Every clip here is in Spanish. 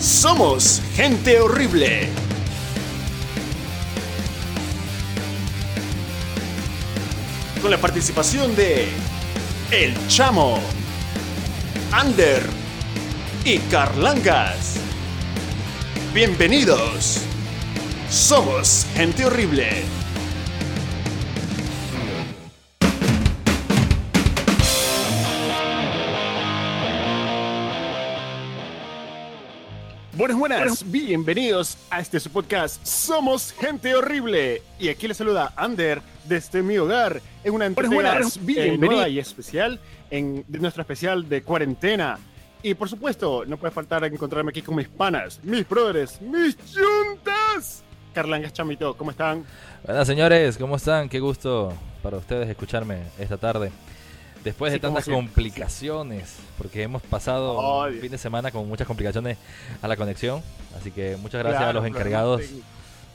Somos gente horrible. Con la participación de El Chamo, Ander y Carlangas. Bienvenidos. Somos gente horrible. Buenas, buenas, bienvenidos a este su podcast Somos Gente Horrible. Y aquí les saluda Ander desde mi hogar en una entrega buenas, eh, bienvenido. nueva y especial en de nuestra especial de cuarentena. Y por supuesto, no puede faltar encontrarme aquí con mis panas, mis brothers, mis juntas. Carlangas Chamito, ¿cómo están? Buenas señores, ¿cómo están? Qué gusto para ustedes escucharme esta tarde. Después Sí, de tantas como siempre. complicaciones, porque hemos pasado Oh, un Dios. fin de semana con muchas complicaciones a la conexión, así que muchas gracias a Claro, los claro, encargados sí.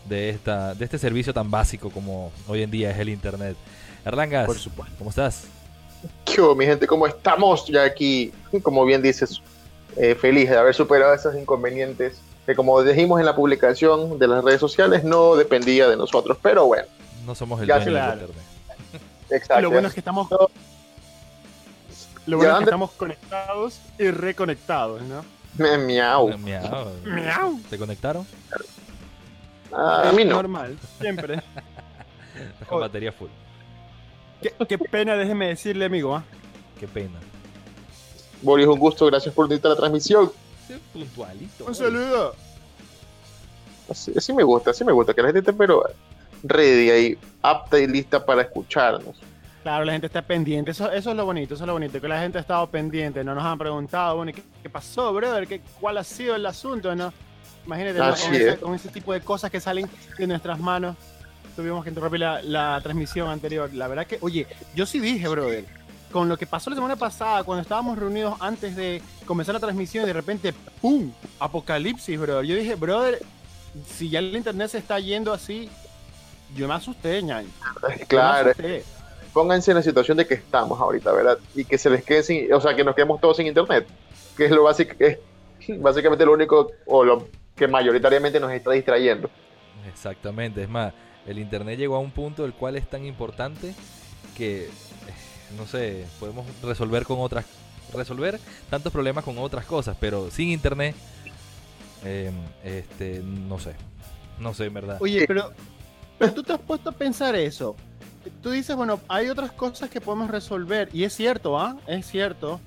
de esta de este servicio tan básico como hoy en día es el internet. Erlangas, Por supuesto. ¿cómo estás? ¿Qué hubo, mi gente? ¿Cómo estamos ya aquí? Como bien dices, eh, feliz de haber superado esos inconvenientes que como dijimos en la publicación de las redes sociales, no dependía de nosotros, pero bueno, No somos el Ya, dueño del claro. internet. exacto. Lo bueno es que estamos. No. Lo bueno es que Grande. estamos conectados y reconectados, ¿no? Me- miau. Eh, miau. Miau. ¿Te conectaron? Ah, A mí no. Normal, siempre. Estás con Oh. batería full. qué, qué pena, déjeme decirle, amigo. ¿ah? Qué pena. Boris, un gusto, gracias por unirte a la transmisión. Puntualito. Un saludo. Así, así me gusta, así me gusta, que la gente esté pero ready ahí, apta y lista para escucharnos. Claro, la gente está pendiente. Eso, eso es lo bonito, eso es lo bonito. Que la gente ha estado pendiente. No nos han preguntado, bueno, ¿y ¿qué, qué pasó, brother? ¿Qué, ¿Cuál ha sido el asunto, no? Imagínate, ¿no? Así Con, ese, es. con ese tipo de cosas que salen de nuestras manos. Tuvimos que interrumpir la, la transmisión anterior. La verdad que, oye, yo sí dije, brother, con lo que pasó la semana pasada, cuando estábamos reunidos antes de comenzar la transmisión, y de repente, ¡pum! Apocalipsis, brother. Yo dije, brother, si ya el internet se está yendo así, yo me asusté, ñaño. Yo Claro, Me asusté. pónganse en la situación de que estamos ahorita, ¿verdad? Y que se les quede sin, o sea, que nos quedemos todos sin internet, que es lo básico, es básicamente lo único o lo que mayoritariamente nos está distrayendo. Exactamente, es más, el internet llegó a un punto el cual es tan importante que, eh, no sé, podemos resolver con otras, resolver tantos problemas con otras cosas, pero sin internet, eh, este, no sé, no sé, en verdad. Oye, pero, pero tú te has puesto a pensar eso. Tú dices, bueno, hay otras cosas que podemos resolver. Y es cierto, ¿ah? Es cierto.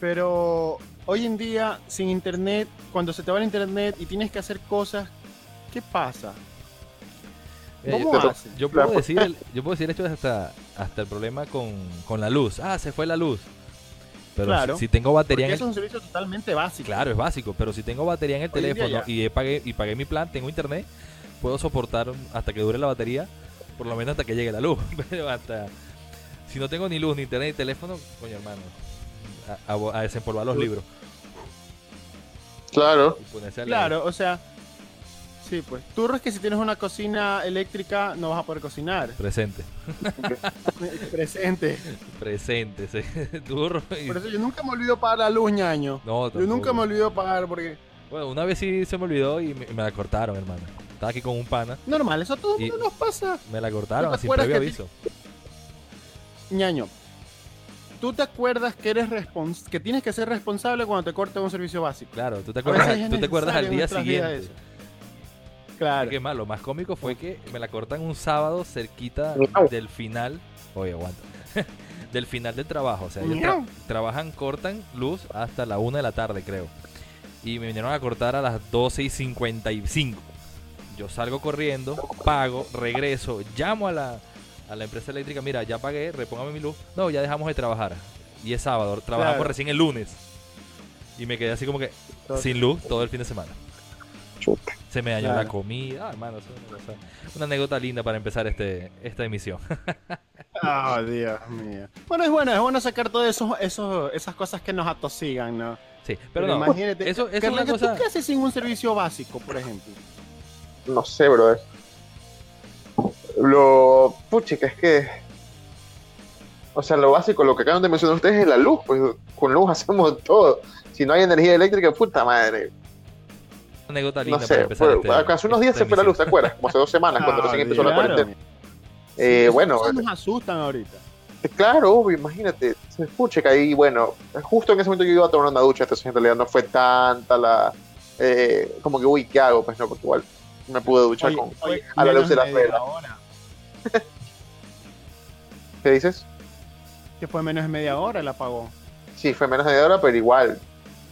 Pero hoy en día, sin internet, cuando se te va el internet y tienes que hacer cosas, ¿qué pasa? Mira, ¿Cómo yo, haces? Eh, yo puedo decir, el- yo puedo decir esto hasta, hasta el problema con, con la luz. Ah, se fue la luz. Pero si- Claro, si, tengo batería Porque en eso el es un servicio totalmente básico. Claro, es básico, pero si tengo batería en el Hoy en día teléfono ya. y, he pagué, y pagué mi plan, tengo internet, puedo soportar hasta que dure la batería, por lo menos hasta que llegue la luz. Pero hasta. Si no tengo ni luz, ni internet, ni teléfono, coño hermano, a, a- a desempolvar los libros Claro, y ponerse a leer. Claro, o sea. Sí, pues. Tú es que si tienes una cocina eléctrica no vas a poder cocinar. Presente, Presente. presente, sí. Duro y- Por eso yo nunca me olvido pagar la luz, ñaño. No, Yo nunca tampoco. me olvido pagar porque. Bueno, una vez sí se me olvidó y me, me la cortaron, hermano. Estaba aquí con un pana, Normal, eso a todo el Y- mundo nos pasa. me la cortaron ¿No te sin acuerdas previo que aviso. ñaño, ¿tú te acuerdas que eres respons- que tienes que ser responsable cuando te corta un servicio básico? Claro, tú te A veces acuerdas, es tú te acuerdas al necesario en día nuestras vidas siguiente. eso. Claro. Qué malo, lo más cómico fue que me la cortan un sábado cerquita Miau. del final. Oye, aguanta. del final del trabajo. O sea, ellos tra- Miau. trabajan, cortan luz hasta la 1 de la tarde, creo. Y me vinieron a cortar a las 12 y 55. Yo salgo corriendo, pago, regreso, llamo a la, a la empresa eléctrica. Mira, ya pagué, repóngame mi luz. No, ya dejamos de trabajar. Y es sábado, trabajamos Claro. recién el lunes. Y me quedé así como que sin luz todo el fin de semana. Chuta. Se me dañó Claro. la comida, ah, hermano, eso es una, cosa- una anécdota linda para empezar este, esta emisión. Ah, Dios mío. Bueno, es bueno, es bueno sacar todas esos, esos, esas cosas que nos atosigan, ¿no? Sí, pero no, imagínate. eso, eso es Carlanga, una cosa... ¿tú qué haces sin un servicio básico, por ejemplo? no sé, brother. Lo. Puchica, es que. O sea, lo básico, lo que acaban de mencionar ustedes es la luz, pues con luz hacemos todo. Si no hay energía eléctrica, puta madre. anécdota linda No para sé, empezar. fue- este- hace unos días esta se fue la luz, ¿te emisión. acuerdas? Como hace dos semanas, Ah, cuando recién empezó la Claro. cuarentena. Eh, Esas bueno, cosas nos asustan ahorita. Eh, Claro, obvio, imagínate, se escucha que ahí, bueno, justo en ese momento yo iba a tomar una ducha, entonces en realidad no fue tanta la... eh, como que, uy, ¿qué hago? Pues no, porque igual me pude duchar Oye, con... oye, a la luz de la menos media vela. hora, ¿Qué dices? Que fue menos de media hora el apagón. Sí, fue menos de media hora, pero igual.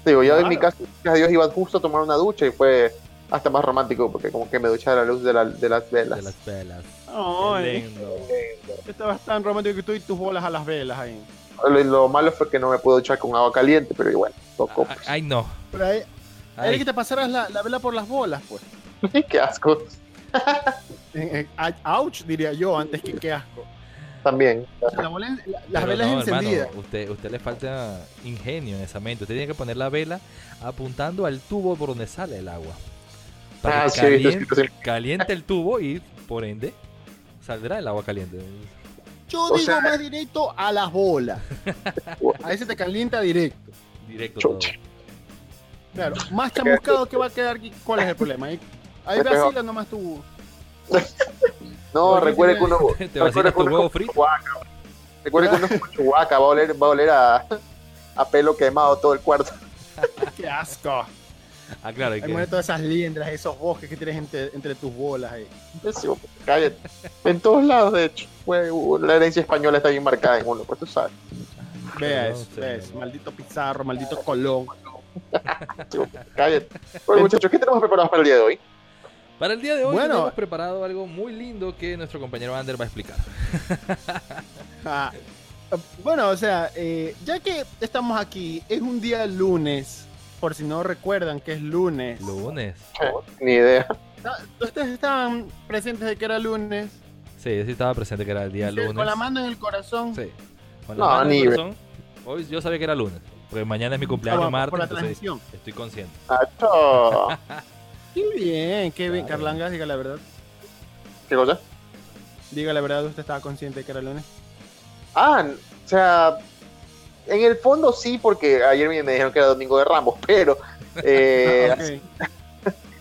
Te Digo, yo en mi Claro. caso, gracias a Dios, iba justo a tomar una ducha y fue hasta más romántico, porque como que me duché a la luz de, la- de las velas. De las velas. Qué Ay, lindo. estabas tan romántico que tú y tus bolas a las velas ahí. Lo, lo malo fue que no me pude duchar con agua caliente, pero igual, tocó. Ay, Ay, no. Pero ahí, ahí Ay, que te pasaras la, la vela por las bolas, pues. Qué asco. Eh, eh, ay, ouch, diría yo, antes que qué asco. También. La bola en- la- las pero velas no, hermano, encendidas. usted, usted le falta ingenio en esa mente. Usted tiene que poner la vela apuntando al tubo por donde sale el agua. Para Ah, que sí, he visto calien- escritos en- caliente el tubo y por ende saldrá el agua caliente. Yo o digo sea- más directo a las bolas. Ahí se te calienta directo. Directo. todo. Chucha. Claro, más chamuscado que va a quedar. aquí. ¿Cuál es el problema? Ahí, ahí Es peor. Brasil nomás tú. No, Oye, recuerde que tiene- uno. Te vacilas recuerde tu que uno- huevo frito. Recuerden que uno es chuhuaca, va a oler, va a, oler a, a pelo quemado todo el cuarto. ¡Qué asco! Ah, claro. hay Ahí que- mueren todas esas liendras, esos bosques que tienes entre, entre tus bolas ahí. Eso, cállate. En todos lados, de hecho. fue- uh, la herencia española está bien marcada en uno, pues tú sabes. Vea Perdón, eso, se vea me- eso. Maldito Pizarro, maldito Colón. Digo, Cállate. Bueno, muchachos, ¿qué tenemos preparados para el día de hoy? Para el día de hoy Bueno. tenemos preparado algo muy lindo que nuestro compañero Ander va a explicar. Ah, bueno, o sea, eh, ya que estamos aquí, es un día lunes, por si no recuerdan que es lunes. Lunes. Ni idea. Ah, Ustedes estaban presentes de que era lunes. Sí, yo sí estaba presente que era el día Sí, lunes. Con la mano en el corazón. Sí. Con No, mano en el ni- corazón. Hoy yo sabía que era lunes. Porque mañana es mi Ah, cumpleaños bueno, por martes. la entonces transmisión. estoy consciente. Ah, Acho. Qué bien, qué bien. Claro. Carlangas, diga la verdad. ¿Qué cosa? Diga la verdad, usted estaba consciente de que era lunes. Ah, o sea, en el fondo sí, porque ayer me me dijeron que era domingo de Ramos, pero. eh, Ah, ok.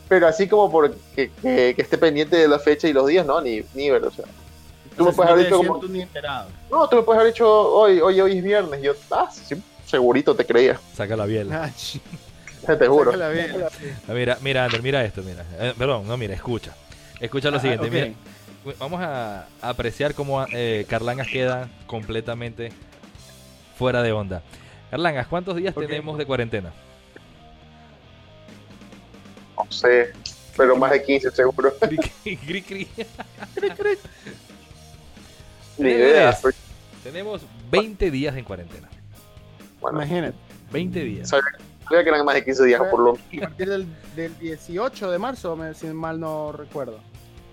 Pero así como porque que, que esté pendiente de la fecha y los días, no, ni, ni ver, o sea. Tú me O sea, si no puedes te haber dicho decían, como. tú ni enterado. No, tú me puedes haber dicho hoy, hoy, hoy es viernes. Yo, ah, sí, segurito te creía, Saca la biela. Ah, ch- te juro. sácala bien. Ah, Mira, mira, Ander, mira esto, mira. Eh, perdón, no, mira, escucha. Escucha lo Ah, siguiente. ok. mira. Vamos a apreciar cómo eh, Carlangas queda completamente fuera de onda. Carlangas, ¿cuántos días Ok. tenemos de cuarentena? No sé, pero más de 15 seguro. Cri, cri, cri. Ni idea. Tres. Tenemos 20 días en cuarentena. Bueno, Imagínate. 20 días. sabía, sabía que eran más de 15 días, por lo A partir del, del 18 de marzo, me- si mal no recuerdo.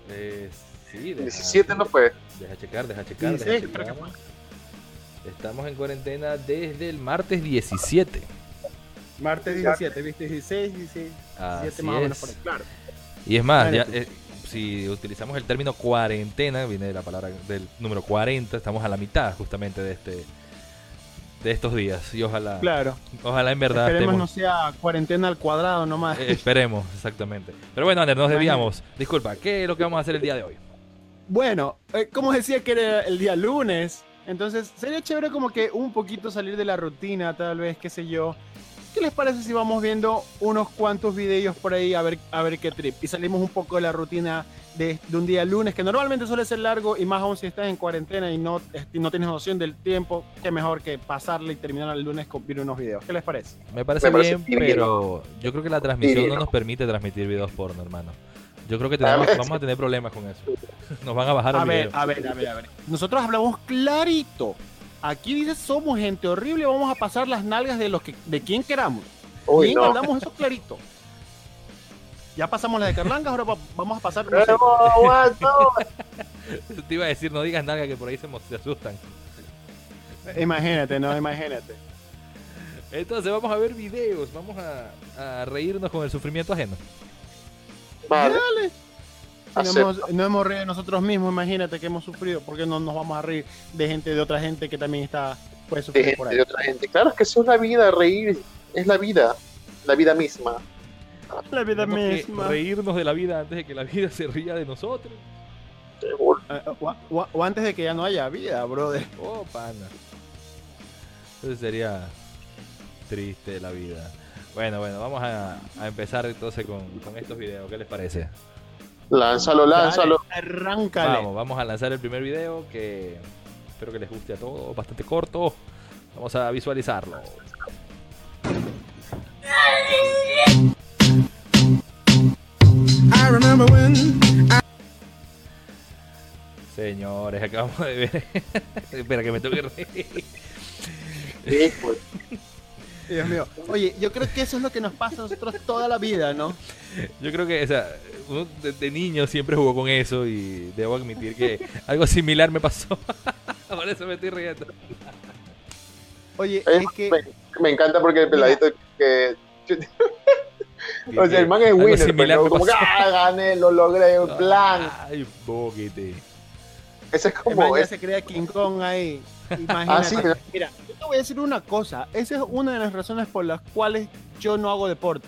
Eh, sí, deja- 17 no fue. Deja checar, deja checar. deja 16, checar. creo que Estamos en cuarentena desde el martes 17. Martes 17, viste 16, 16, 17 Así más o menos por ahí. pues. es. Claro. Ah, Y es más, ya, Claro. eh, si utilizamos el término cuarentena, viene de la palabra del número 40, estamos a la mitad justamente de este de estos días. Y ojalá, Claro. ojalá en verdad Esperemos no estemos- sea cuarentena al cuadrado nomás. eh, esperemos, exactamente. Pero bueno, Ander, nos desviamos. Disculpa, ¿qué es lo que vamos a hacer el día de hoy? Bueno, eh, como decía que era el día lunes, entonces sería chévere como que un poquito salir de la rutina, tal vez, qué sé yo. ¿Qué les parece si vamos viendo unos cuantos videos por ahí a ver, a ver qué trip? Y salimos un poco de la rutina de, de un día lunes, que normalmente suele ser largo, y más aún si estás en cuarentena y no, este, no tienes noción del tiempo, qué mejor que pasarle y terminar el lunes con viendo unos videos. ¿Qué les parece? Me parece, Me parece bien, divino. pero yo creo que la transmisión Divino. no nos permite transmitir videos porno, hermano. Yo creo que tenemos- ver. vamos a tener problemas con eso. Nos van a bajar A el ver, video. a ver, a ver, a ver. Nosotros hablamos clarito. Aquí dice somos gente horrible, vamos a pasar las nalgas de los que de quien queramos. Uy, Bien, no. hablamos eso clarito. Ya pasamos la de Carlangas, ahora va- vamos a pasar no sé, Pero, what, no. Te iba a decir, no digas nada que por ahí se, mo- se asustan. Imagínate, no, imagínate. Entonces vamos a ver videos, vamos a, a reírnos con el sufrimiento ajeno. Vale, Dale. Si no, Acepto. hemos, no hemos reído de nosotros mismos, imagínate que hemos sufrido, porque no nos vamos a reír de gente de otra gente que también está puede de sufrir por gente, ahí. de otra gente. Claro, es que eso es la vida, reír es la vida, la vida misma. La vida Tenemos que misma. reírnos de la vida antes de que la vida se ría de nosotros. Seguro. Eh, o, o- o antes de que ya no haya vida, brother. Oh, pana. Entonces sería triste la vida. Bueno, bueno, vamos a, a empezar entonces con, con estos videos. ¿Qué les parece? Lánzalo, lánzalo. Dale, arráncale. Vamos, vamos a lanzar el primer video que espero que les guste a todos. Bastante corto. Vamos a visualizarlo. I remember when Señores, acabamos de ver. Espera, que me tengo que reír. Sí, pues. Dios mío. Oye, yo creo que eso es lo que nos pasa a nosotros toda la vida, ¿no? Yo creo que, o sea, uno de, de niño siempre jugó con eso y debo admitir que algo similar me pasó. Por eso me estoy riendo. Oye, Es- es que. me, me encanta porque el peladito que. o sea, el man es Algo winner, similar pero me como que pasó. ah, gané, lo logré, en plan. Ay, boquete. Ese es El man como. ya es- se crea King Kong ahí. Imagínate. Ah, sí, ¿no? Mira, yo te voy a decir una cosa. Esa es una de las razones por las cuales yo no hago deporte.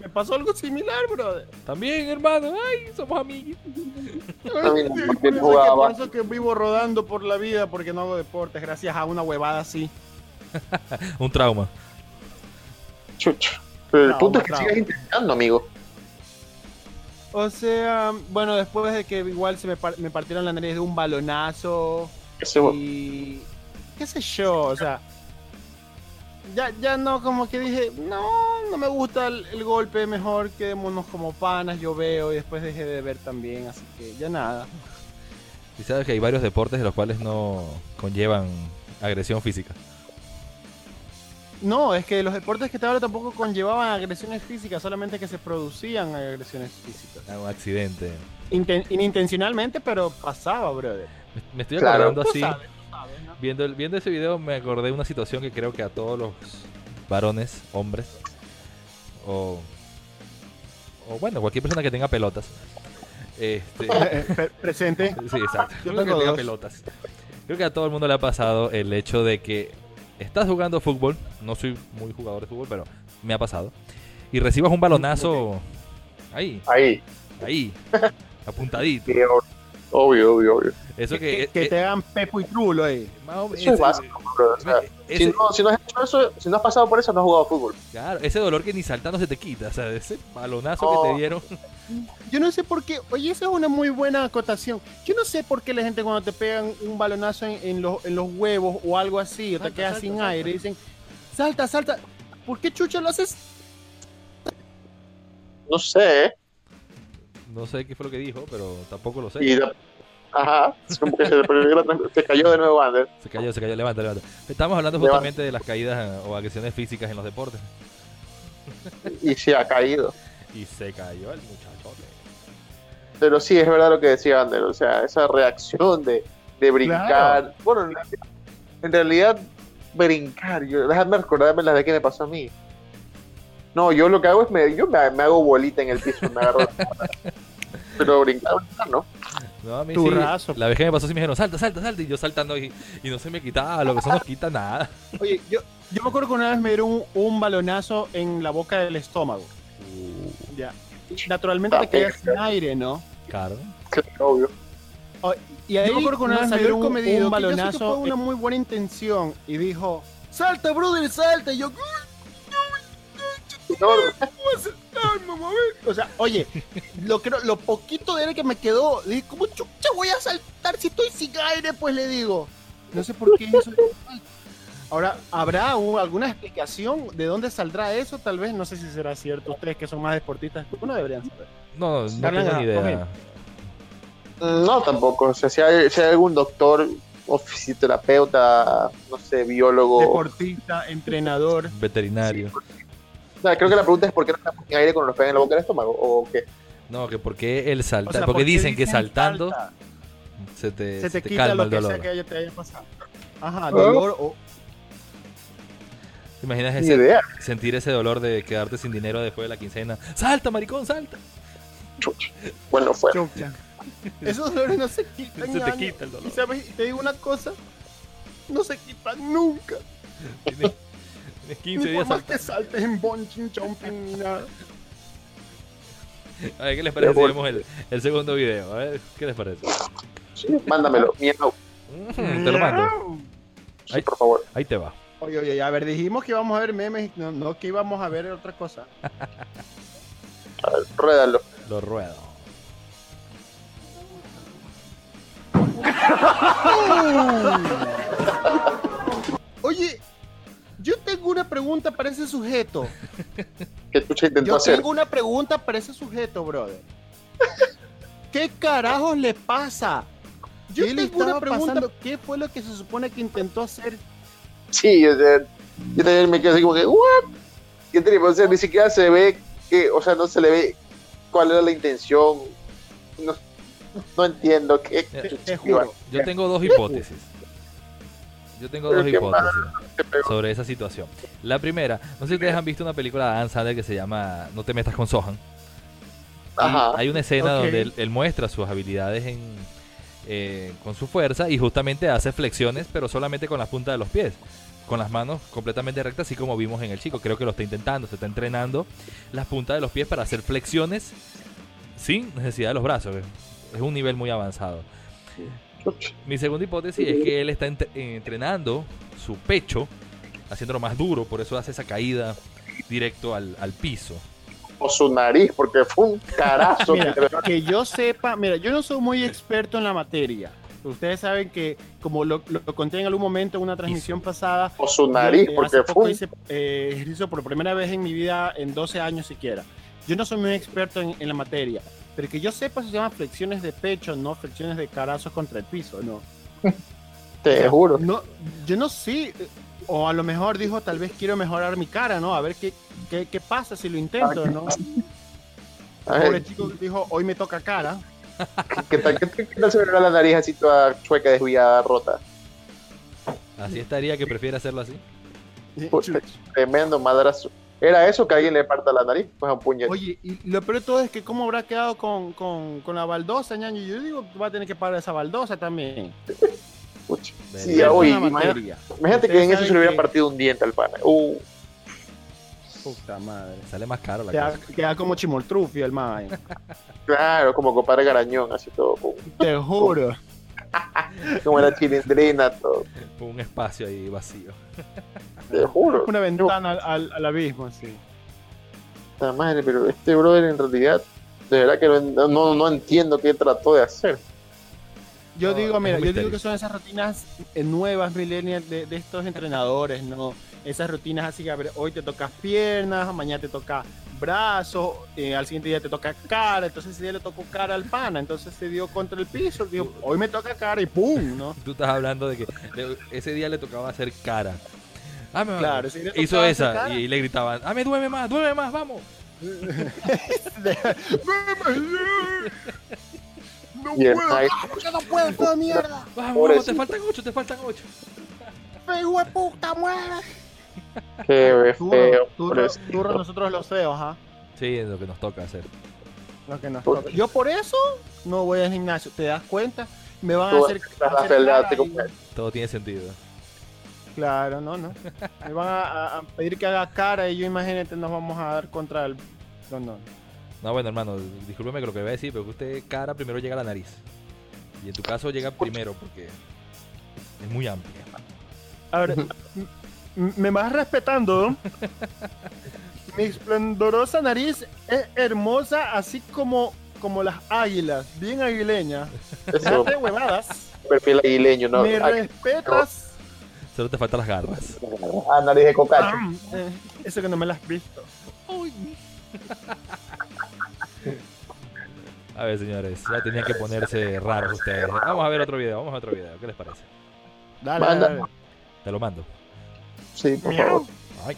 Me pasó algo similar, brother. También, hermano. ¿eh? Ay, somos amigos. mira, Por porque eso es que- jugaba. por eso es que vivo rodando por la vida porque no hago deportes, gracias a una huevada así. Un trauma. chucho. Pero el No, punto es que no. sigas intentando, amigo. O sea, bueno, después de que igual se me, par- me partieron la nariz de un balonazo Ese- y qué sé yo, o sea, ya, ya no, como que dije, no, no me gusta el, el golpe, mejor quedémonos como panas, yo veo y después dejé de ver también, así que ya nada. Y sabes que hay varios deportes de los cuales no conllevan agresión física. No, es que los deportes que te hablo tampoco conllevaban agresiones físicas, solamente que se producían agresiones físicas. Ah, Un accidente. Inten- inintencionalmente, pero pasaba, brother. Me- Me estoy Claro. acordando Tú así. sabes, tú sabes, ¿no? Viendo, el- viendo ese video me acordé de una situación que creo que a todos los varones, hombres, o, o bueno, cualquier persona que tenga pelotas. Este, Eh, pre- presente. sí, exacto. Yo Creo tengo que tenga dos. pelotas. Creo que a todo el mundo le ha pasado el hecho de que estás jugando fútbol, no soy muy jugador de fútbol, pero me ha pasado, y recibas un balonazo ahí, Ahí. ahí, apuntadito. sí, Obvio, obvio, obvio. Eso que... que, que te hagan pepo y trulo ahí. más o menos- Eso es básico, bro. O sea, ese- si, no, si no has hecho eso, si no has pasado por eso, no has jugado fútbol. Claro, ese dolor que ni saltando se te quita, o sea, ese balonazo que Oh. te dieron. Yo no sé por qué, oye, esa es una muy buena acotación. Yo no sé por qué la gente cuando te pegan un balonazo en, en los, en los huevos o algo así, o te Salta, quedas salta, sin salta. aire, dicen, salta, salta. ¿Por qué chucha lo haces? No sé, ¿eh? No sé qué fue lo que dijo, pero tampoco lo sé. Y la- Ajá, es como que se, le perdió la tra- se cayó de nuevo Ander. Se cayó, se cayó, levanta, levanta. Estamos hablando Levanta. justamente de las caídas eh, o agresiones físicas en los deportes. y se ha caído. Y se cayó el muchachote. Pero sí, es verdad lo que decía Ander, o sea, esa reacción de, de brincar. Claro. Bueno, en realidad- en realidad, brincar, yo, déjame recordarme la vez que me pasó a mí. No, yo lo que hago es, me, yo me, me hago bolita en el piso, me agarro la cara. Pero brincar, brincar, ¿no? No, a mí sí, Turrazo. la vez que me pasó sí me dijeron, salta, salta, salta. Y yo saltando y, y no se me quitaba, lo que eso no quita nada. Oye, yo, yo me acuerdo que una vez me dieron un, un balonazo en la boca del estómago. Uh, Ya. Naturalmente te quedas sin aire, ¿no? Claro. Claro, obvio. Y ahí Yo me acuerdo que una me vez me salió dieron un- el comedido, un que yo sé que balonazo fue una en- muy buena intención y dijo, salta, brother, salta. Y yo, No, Ay, mamá, ve. O sea, oye, lo, creo, lo poquito de aire que me quedó, dije, ¿cómo chucha voy a saltar si estoy sin aire? Pues le digo. No sé por qué eso. Ahora, ¿habrá u- alguna explicación de dónde saldrá eso? Tal vez, no sé si será cierto. Ustedes que son más deportistas, uno deberían saber. No, no Carla, tengo ni idea. No, tampoco. O sea, si hay, si hay algún doctor o fisioterapeuta, no sé, biólogo. Oh. Deportista, entrenador. Veterinario. O sea, creo que la pregunta es: ¿por qué no estamos en aire cuando nos pegan en la boca del estómago? ¿O qué? No, que por qué el saltar. O sea, porque ¿por qué dicen, que dicen saltando salta? se te, se te, te quita calma lo el que dolor. sea que haya- te haya pasado. Ajá, dolor o. ¿Te imaginas Ni ese, idea. sentir ese dolor de quedarte sin dinero después de la quincena? ¡Salta, maricón, salta! Chuch. Bueno, fue. Chucha. Esos dolores no se quitan. Se te ñaño. quita el dolor. Y sabes, te digo una cosa, no se quita nunca. Tienes, tienes 15 Ni por más días saltando. que saltes en bonching, jumping ni nada. A ver, ¿qué les parece si vemos el, el segundo video? A ver, ¿qué les parece? Sí, mándamelo, miau. Mm, te lo mando. Sí, Ay. por favor. Ahí te va. Oye, oye, a ver, dijimos que íbamos a ver memes, no, no que íbamos a ver otra cosa. A ver, ruédalo. Lo ruedo. Oye, yo tengo una pregunta para ese sujeto. ¿Qué chucha intentó Yo hacer? tengo una pregunta para ese sujeto, brother. ¿Qué carajos le pasa? Yo ¿Qué le tengo una estaba pregunta. pasando? ¿Qué fue lo que se supone que intentó hacer? Sí, o sea, yo también me quedo así como que, ¿what? ¿Qué tenemos? O sea, ni siquiera se ve que, o sea, no se le ve cuál era la intención. No, no entiendo qué. Te- Te, chucha te juro. Yo tengo dos hipótesis. Yo tengo dos Pero qué hipótesis te pegó. sobre esa situación. La primera, no sé si ustedes han visto una película de Adam Sandler que se llama No te metas con Sohan. Y Ajá. Hay una escena Ok. donde él, él muestra sus habilidades en, eh, con su fuerza y justamente hace flexiones, pero solamente con la punta de los pies. Con las manos completamente rectas, así como vimos en el chico. Creo que lo está intentando, se está entrenando las puntas de los pies para hacer flexiones sin necesidad de los brazos. eh. Es un nivel muy avanzado. Chucha. Mi segunda hipótesis es que él está ent- entrenando su pecho, haciéndolo más duro, por eso hace esa caída directo al, al piso. O su nariz, porque fue un carazo. Mira, que le- que yo sepa, mira, yo no soy muy experto en la materia. Ustedes saben que, como lo, lo conté en algún momento en una transmisión pasada, o su yo, nariz, eh, porque hace poco fue un hice eh, ejercicio por primera vez en mi vida en 12 años siquiera. Yo no soy muy experto en, en la materia, pero que yo sepa se llama flexiones de pecho, no flexiones de carazos contra el piso, no. te juro. No, yo no sé, eh, o a lo mejor dijo, tal vez quiero mejorar mi cara, ¿no? A ver qué, qué, qué pasa si lo intento, ¿no? Pobre Ay, chico que dijo, hoy me toca cara. ¿Qué tal qué tal- qué tal se verá la nariz así toda chueca, desviada, rota? Así estaría que prefiere hacerlo así. Puta, Tremendo madrazo. ¿Era eso que alguien le parta la nariz? Pues a un puñet. Oye, y lo peor de todo es que cómo habrá quedado con, con, con la baldosa, ñaño. Yo digo, va a tener que pagar esa baldosa también. Pucha. Sí, Sí, Es ah, oye, una imagínate, materia. imagínate que Ustedes en eso se saben le hubiera que- partido un diente al pana. Uh, Puta madre. Sale más caro la Queda, cosa. queda como chimoltrufio el man. claro, como compadre Garañón, así todo. uh, Te juro. Como era chilindrina, todo. Un espacio ahí vacío. Te juro. Una ventana al, al- al abismo, sí. Puta madre, pero este brother en realidad, de verdad que no, no, no entiendo qué trató de hacer. Yo No, es digo, un mira, yo digo misterio. que son esas rutinas eh, nuevas, millennials, de, de estos entrenadores, ¿no? Esas rutinas así que a ver, hoy te tocas piernas, mañana te toca brazos, eh, al siguiente día te toca cara, entonces ese día le tocó cara al pana, entonces se dio contra el piso, dijo, hoy me toca cara y ¡pum! ¿no? Tú estás hablando de que le- ese día le tocaba hacer cara. Ah, me Claro, ese día le Hizo tocaba esa hacer cara. y le gritaban, ah, me duele más, duele más, vamos. ¡No Y el puedo! Nike, ¡Yo no puedo, toda mierda! Vamos, vamos, te Pobrecito. faltan ocho, te faltan ocho. ¡Feo de puta, muera! qué feo. Turro, turro, pobrecito. turro nosotros los feos, ¿ah? Sí, es lo que nos toca hacer. Lo que nos Por- toca. Yo por eso no voy al gimnasio, ¿te das cuenta? Me van Tú a hacer, vas a hacer pues. hacer la cara pelea, te y- compras. Todo tiene sentido. Claro, no, no. Me van a, a- a pedir que haga cara y yo imagínate nos vamos a dar contra el... No, no. No, bueno, hermano, discúlpeme que lo que voy a decir, pero que usted cara primero llega a la nariz. Y en tu caso llega primero porque es muy amplia. A ver, m- m- me vas respetando. ¿no? Mi esplendorosa nariz es hermosa así como, como las águilas, bien aguileñas. Eso, Nada de huevadas. perfil aguileño, ¿no? me Ah, respetas. Solo te faltan las garras. ah, nariz de cocacho. Ah, eh, eso que no me las has visto. A ver, señores, ya tenían que ponerse raros ustedes. Vamos a ver otro video, vamos a otro video. ¿Qué les parece? Dale, Manda. dale. Te lo mando. Sí, por Miau. favor. Ay.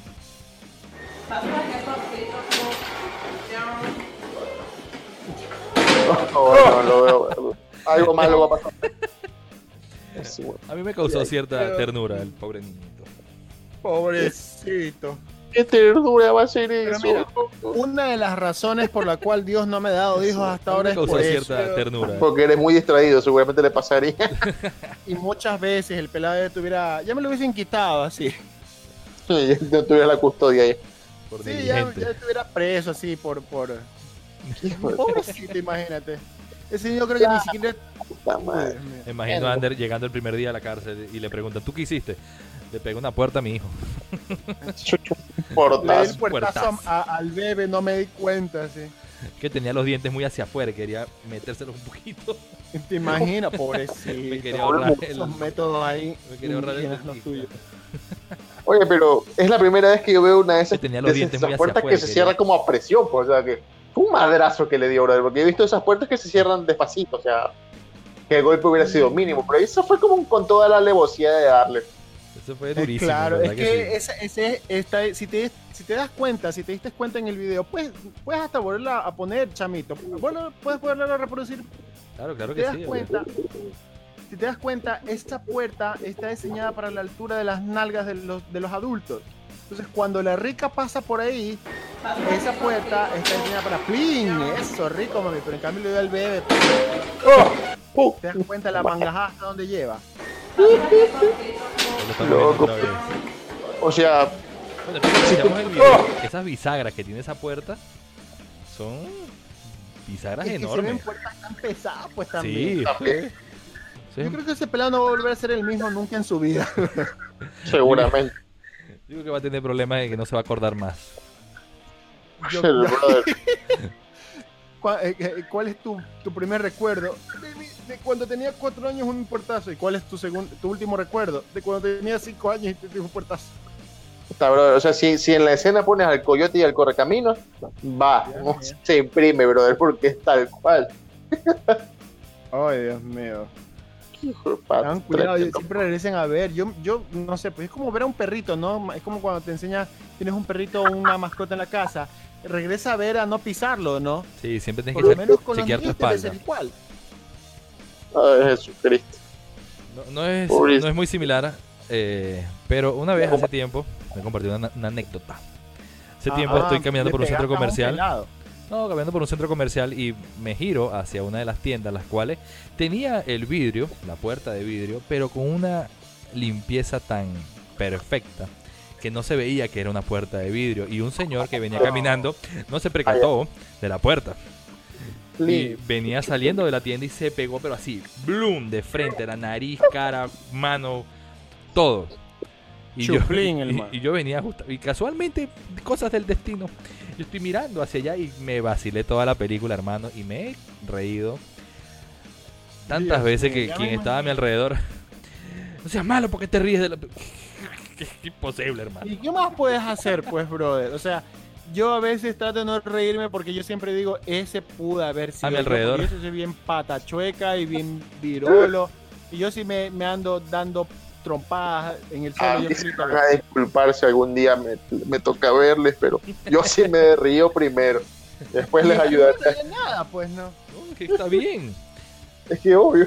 No, no, Oh. lo veo. Algo malo va a pasar. Sí, bueno. A mí me causó cierta pero- ternura el pobre niñito. Pobrecito. ¿Qué ternura va a ser eso? mira, Una de las razones por la cual Dios no me ha dado hijos hasta A mí ahora me es por causó eso. cierta ternura. Porque eres muy distraído, seguramente le pasaría. Y muchas veces el pelado ya tuviera, ya me lo hubiesen quitado así. no tuviera la custodia ahí. Por Sí, ya, negligente. ya estuviera preso así por, por, Hijo de Pobrecito, imagínate. Ese niño creo que ni siquiera. puta madre. Me Imagino a Ander llegando el primer día a la cárcel y le pregunta, ¿tú qué hiciste? Le pegó una puerta a mi hijo. Chucho, Le di portazo. el puertazo Puertazo. a- al bebé, no me di cuenta, sí. Que tenía los dientes muy hacia afuera y quería metérselos un poquito. Te imaginas, Me quería pobrecito. ahorrar el- Esos métodos ahí. me quería ahorrar el- indígenas, los tuyos. Oye, pero es la primera vez que yo veo una de esas, Que tenía los de dientes esas muy hacia puertas afuera, que se quería. cierra como a presión, pues, o sea, que fue un madrazo que le dio, brother, porque he visto esas puertas que se cierran despacito, o sea, que el golpe hubiera sido mínimo, pero eso fue como un- con toda la alevosía de darle. Eso fue Eh, durísimo. claro, es ¿verdad que, sí? esa- ese- esta- si, te, si te das cuenta, si te diste cuenta en el video, pues puedes hasta volverla a poner, chamito. Bueno, puedes volverla a reproducir Claro, claro eh, te que das sí. obvio. cuenta, si te das cuenta, esta puerta está diseñada para la altura de las nalgas de los, de los adultos. Entonces, cuando la rica pasa por ahí, esa puerta está diseñada para ¡Plin! Eso, rico, mami. Pero en cambio le dio al bebé. pues, ¡Oh! ¿Te das cuenta la mangajada hasta dónde lleva? Lo estamos viendo Loco. otra vez. O sea, Bueno, fíjate, Si tú- veamos el video. ¡Oh! Esas bisagras que tiene esa puerta son bisagras Es que se ven enormes. puertas tan pesadas, pues también. Sí, también, sí. Yo creo que ese pelado no va a volver a ser el mismo nunca en su vida. seguramente. Digo que va a tener problemas de que no se va a acordar más. Yo- Shit, brother. ¿Cuál, eh, eh, cuál es tu, tu primer recuerdo? De, mi- de cuando tenía cuatro años un portazo. ¿Y cuál es tu segun- tu último recuerdo? De cuando tenía cinco años y te dio un portazo. Puta, brother, O sea, si, si en la escena pones al coyote y al correcaminos, va, Ya, no ya. se imprime, brother, porque es tal cual. Ay, Dios mío. Hijo de pato, Tengan cuidado, tremendo. siempre regresen a ver. Yo, yo no sé, pues es como ver a un perrito, ¿no? Es como cuando te enseñas, tienes un perrito o una mascota en la casa. Regresa a ver a no pisarlo, ¿no? Sí, siempre tienes Por que lo che- menos con los chequear tu niños debe espalda. ser igual. Ay, Jesucristo. No, no es, Pobre- no es muy similar, eh, pero una vez hace tiempo me compartió una, una anécdota. Hace tiempo Ah, estoy caminando le por un centro pegaste a comercial. pelado. No, caminando por un centro comercial y me giro hacia una de las tiendas, las cuales tenía el vidrio, la puerta de vidrio, pero con una limpieza tan perfecta que no se veía que era una puerta de vidrio. Y un señor que venía caminando no se percató Ah, de la puerta. Y Lindo. venía saliendo de la tienda y se pegó, pero así, bloom, de frente, la nariz, cara, mano, todo. Y yo, Chuplín, y- el y- man. y yo venía justo, y casualmente, cosas del destino. Yo estoy mirando hacia allá y me vacilé toda la película, hermano, y me he reído tantas Dios veces mío, que ya me quien estaba a mi alrededor. No seas malo porque te ríes de la. Es imposible, hermano. ¿Y qué más puedes hacer, pues, brother? O sea, yo a veces trato de no reírme porque yo siempre digo, ese pudo haber sido. A mi yo, porque alrededor. Yo soy bien patachueca y bien virolo. Y yo sí me, me ando dando trompadas en el A suelo. mí Yo se grito, van a disculpar si algún día me, me toca verles, pero yo sí me río primero. Después les "Mira, ayudaré. No diría nada, pues, ¿no? No, que está bien. Es que obvio.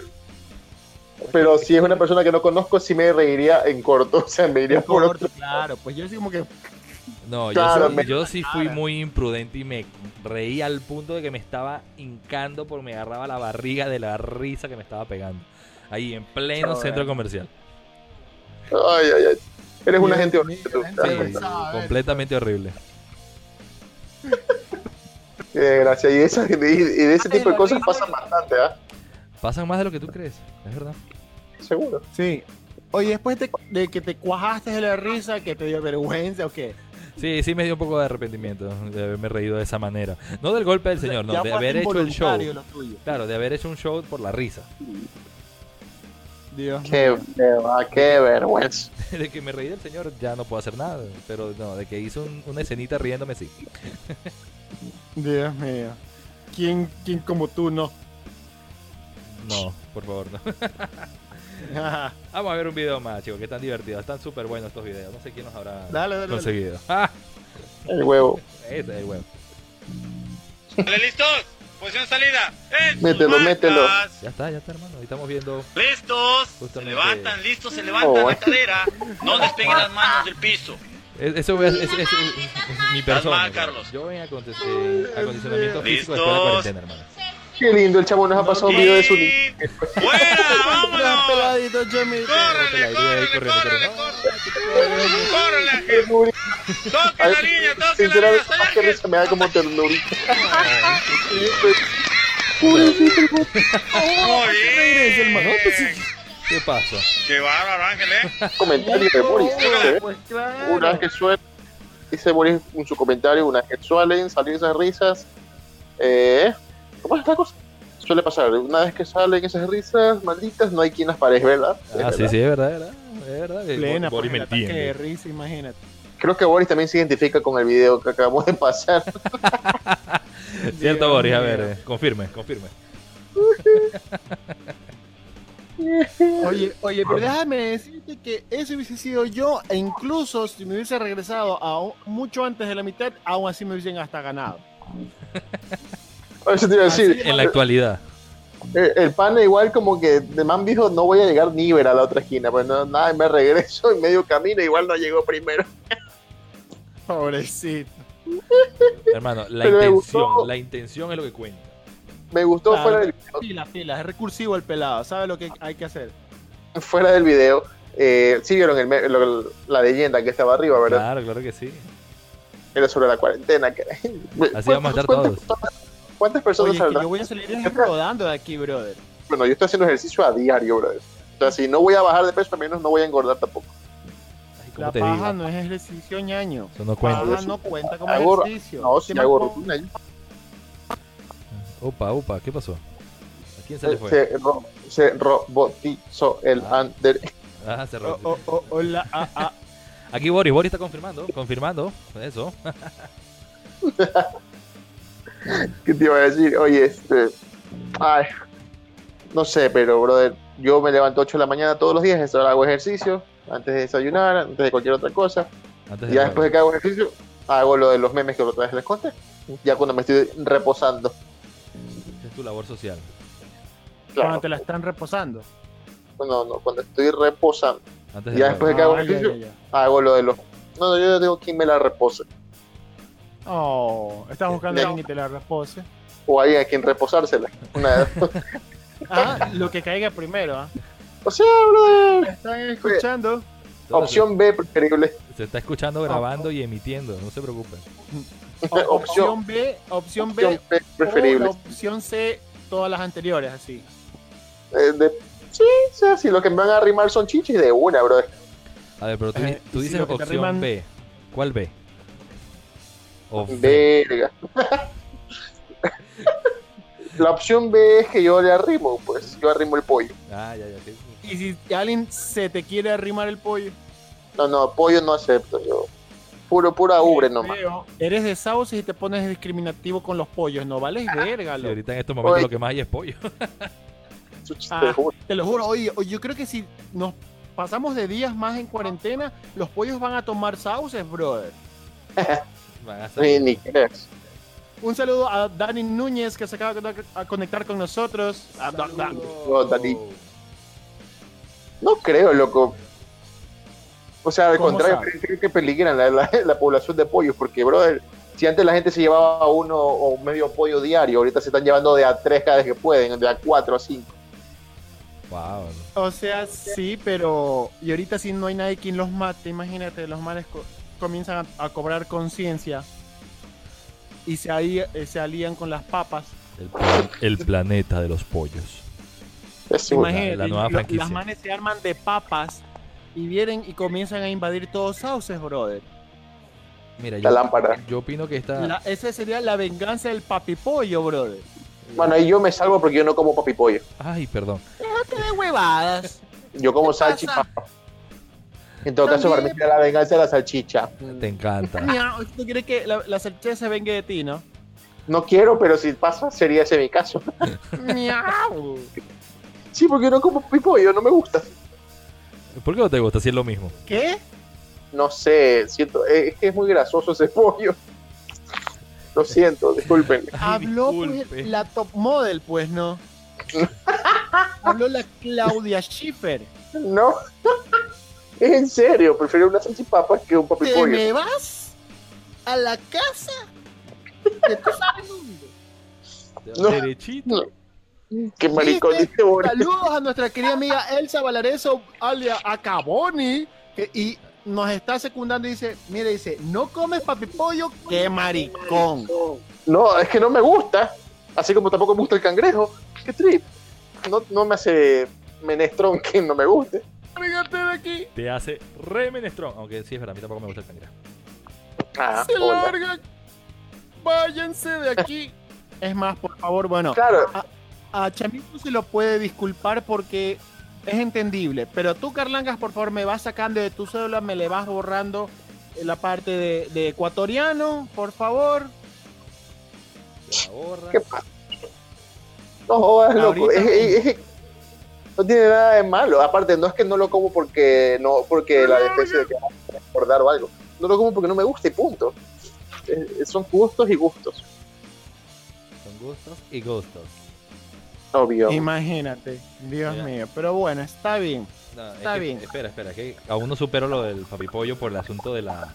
Pero si es una persona que no conozco, sí me reiría en corto. O sea, me iría por otro. Este Corto, claro, pues yo sí como que... No, Claro, yo, me- sí, yo sí fui muy imprudente y me reí al punto de que me estaba hincando porque me agarraba la barriga de la risa que me estaba pegando. Ahí en pleno Joder. centro comercial. Ay, ay, ay. Eres una Dios gente mío, horrible. la tú, gente te das Sí, cuenta. pensaba, a ver. completamente horrible. Qué desgracia. Y, esas- y- y de ese Ay, tipo de la cosas risa. pasan bastante, ¿ah? Pasan más de lo que tú crees, es verdad. Seguro. Sí. Oye, después de, de que te cuajaste de la risa, que te dio vergüenza o qué. Sí, sí me dio un poco de arrepentimiento de haberme reído de esa manera. No del golpe del señor, no, Ya de fue haber hecho el show. involuntario lo tuyo. Claro, de haber hecho un show por la risa. Dios Qué, qué va- qué vergüenza. De que me reí del señor ya no puedo hacer nada. Pero no, de que hizo un- una escenita riéndome sí. Dios mío. ¿Quién, quién como tú no? No, por favor, no. Vamos a ver un video más, chicos, que tan divertido. Están súper buenos estos videos. No sé quién nos habrá Dale, dale, dale. conseguido. ¡Ah! este, eh, El huevo. Ese es el huevo. Dale, listos. Posición salida. En sus Mételo, mételo. marcas. Ya está, ya está, hermano. Ahí estamos viendo. Listos. Se Justamente. levantan, listos, se levantan Oh. la cadera. No despeguen las manos del piso. Es- Eso es, es- es- es- mi persona. mal, o sea, Carlos. Yo en aconte- eh, acondicionamiento físico Listos. después de la cuarentena, hermano. Qué lindo. El chavo nos ha pasado Y... un video de su. ¡Fuera! ¡Vámonos! Peladito, Chomito. ¡Córrele, Peladito ahí córrele, corriendo, córrele, córrele! pero ¡Córrele! ¡Toque Ay, la niña! ¡Toque la niña! Sinceramente, ¡Soy más que Ángel! risa me da como ternurita. Muy Regresa el man. No, pues, bien. ¿Qué pasa? ¡Qué bárbaro, Ángel, eh! comentario de Boris. ¿eh? Pues claro. Un ángel suel, dice Boris en su comentario, un ángel suelen salir esas risas. Eh, ¿Cómo es esta cosa? Suele pasar, una vez que salen esas risas malditas, no hay quien las pares, ¿verdad? Es Ah, sí, verdad. sí, es verdad, es verdad. Es verdad. Eh, Plena, Boris pues, el me ataque de entiende. risa, imagínate. Creo que Boris también se identifica con el video que acabamos de pasar. Cierto, Dios Boris, a mío. ver, eh, confirme, confirme. Oye, oye, pero déjame decirte que eso hubiese sido yo, e incluso si me hubiese regresado a o- mucho antes de la mitad, aún así me hubiesen hasta ganado. A ver si te iba a decir, En la actualidad. el, el pana igual como que de man dijo, no voy a llegar ni ver a la otra esquina, pues no, nada, me regreso en medio camino, igual no llegó primero. Pobrecito. Hermano, la Pero me gustó. intención, la intención es lo que cuenta. Me gustó Claro. fuera del video Pila, pila, es recursivo el pelado, sabe lo que hay que hacer. fuera del video, eh, sí vieron el me- lo- la leyenda que estaba arriba, ¿verdad? Claro, claro que sí. Era sobre la cuarentena. Que... Así vamos a estar ¿Cuántas todos. personas- ¿Cuántas personas Oye, que saldrán? yo voy a salir rodando de aquí, brother. Bueno, yo estoy haciendo ejercicio a diario, brother. O sea, si no voy a bajar de peso, al menos no voy a engordar tampoco. Ay, ¿Cómo La te paja digo? no es ejercicio, ñaño. Eso no cuenta. Paja no cuenta como Hago- ejercicio. No, si Te hago marco- rutina. yo- Opa, opa, ¿qué pasó? ¿A quién se le Se, fue? ro- se robotizó el Ah. under. Ah, se Oh, rompió. oh, oh, hola, ah, ah. Aquí Boris, Boris está confirmando, confirmando. Eso. ¿Qué te iba a decir? Oye, este. Ay. No sé, pero, brother, yo me levanto 8 de la mañana todos los días, eso hago ejercicio, antes de desayunar, antes de cualquier otra cosa. Antes ya de- después de que hago ejercicio, hago lo de los memes que otra vez les conté. Ya cuando me estoy reposando. Es tu labor social. Cuando Claro. te la están reposando. No, no, cuando estoy reposando, Antes Ya del después- juego. Pues que hago Ah, ya, ya, ejercicio. ya. hago lo de los. No, no, yo no digo quién me la repose. Oh, estás buscando a Ya. alguien que te la repose. O alguien a quien reposársela. Una de dos. Ah, lo que caiga primero, ¿ah? o sea, brother, ¿Están escuchando? Opción B preferible. Se está escuchando, grabando y emitiendo, no se preocupen. O- Opción- opción B, opción B, Opción B o la preferible. opción C, todas las anteriores, así. Eh, de- sí, o sea, si lo que me van a arrimar son chichis, de una, brother. A ver, pero tú, Eh, tú y si dices lo que te opción riman- B. ¿Cuál B? O B. Verga. La opción B es que yo le arrimo, pues yo arrimo el pollo. Ah, ya, ya. sí. Y si alguien se te quiere arrimar el pollo, No, no, pollo no acepto. Yo puro, pura ubre nomás. Creo, eres de sauces y te pones discriminativo con los pollos, no vales Ah, verga, Sí, loco. ahorita en estos momentos Oye. lo que más hay es pollo. Su chiste, Ah. juro. Te lo juro, oye, oye, yo creo que si nos pasamos de días más en cuarentena, los pollos van a tomar sauces, brother. Van a Ni, salir. ni creas. Un saludo a Dani Núñez que se acaba de conec- a conectar con nosotros. Ah, da- da- No, Dani. No creo, loco. O sea, al ¿Cómo contrario, sabe? creo que peligran la, la- la población de pollos, porque, brother, si antes la gente se llevaba uno o medio pollo diario, ahorita se están llevando de a tres cada vez que pueden, de a cuatro a cinco. Wow. O sea, sí, pero. Y ahorita si no hay nadie quien los mate, imagínate, los manes co- comienzan a, a cobrar conciencia y se, ahí, eh, se alían con las papas. El, plan- el planeta de los pollos. Es una- Imagínate, la nueva lo- franquicia. las manes se arman de papas y vienen y comienzan a invadir todos sauces, brother. Mira, la yo, lámpara. yo opino que esta. La- esa sería la venganza del papipollo, brother. Bueno, ahí yo me salvo porque yo no como papi pollo. Ay, perdón. ¡Qué de huevadas! Yo como pasa? salchipapa. En todo caso, para mí También. la venganza de la salchicha. Mm. Te encanta. Mira, ¿Tú quieres que la, la salchicha se vengue de ti, no? No quiero, pero si pasa, sería ese mi caso. ¡Miau! Sí, porque yo no como papi pollo, no me gusta. ¿Por qué no te gusta si es lo mismo? ¿Qué? no sé, siento, eh, es que es muy grasoso ese pollo. Lo siento, disculpen. Ay, Habló disculpe. pues, la top model, pues no. Habló la Claudia Schiffer. No, es en serio, prefiero una salchipapa que un ¿Te papipollo. me vas a la casa? ¿Que tú sabes dónde? No. Derechito. Qué maricón ¿Viste? dice Boris. Saludos a nuestra querida amiga Elsa Valareso, alia Acaboni, que, y nos está secundando y dice, mire, dice, no comes papi pollo, qué maricón. No, es que no me gusta. Así como tampoco me gusta el cangrejo. Qué trip. No, no me hace menestrón que no me guste. Lárgate de aquí, Te hace re menestrón. Aunque sí, es verdad, a mí tampoco me gusta el cangrejo. Ah, se hola. larga, váyanse de aquí. Es más, por favor, bueno, Claro, a Chamito se lo puede disculpar porque es entendible, pero tú, Carlangas, por favor, me vas sacando de tu cédula, me le vas borrando la parte de, de ecuatoriano, por favor. Te la borra. ¿Qué pasa? No jodas, loco. Ahorita- Es- es- es- no tiene nada de malo. Aparte, no es que no lo como porque no porque Ah, la defensa de que va a recordar o algo. No lo como porque no me gusta y punto. Eh, son gustos y gustos. Son gustos y gustos. Obvio. Imagínate, Dios Mira. mío, pero bueno, está bien. No, es Está que- bien. Espera, espera, que aún no supero lo del papipollo por el asunto de la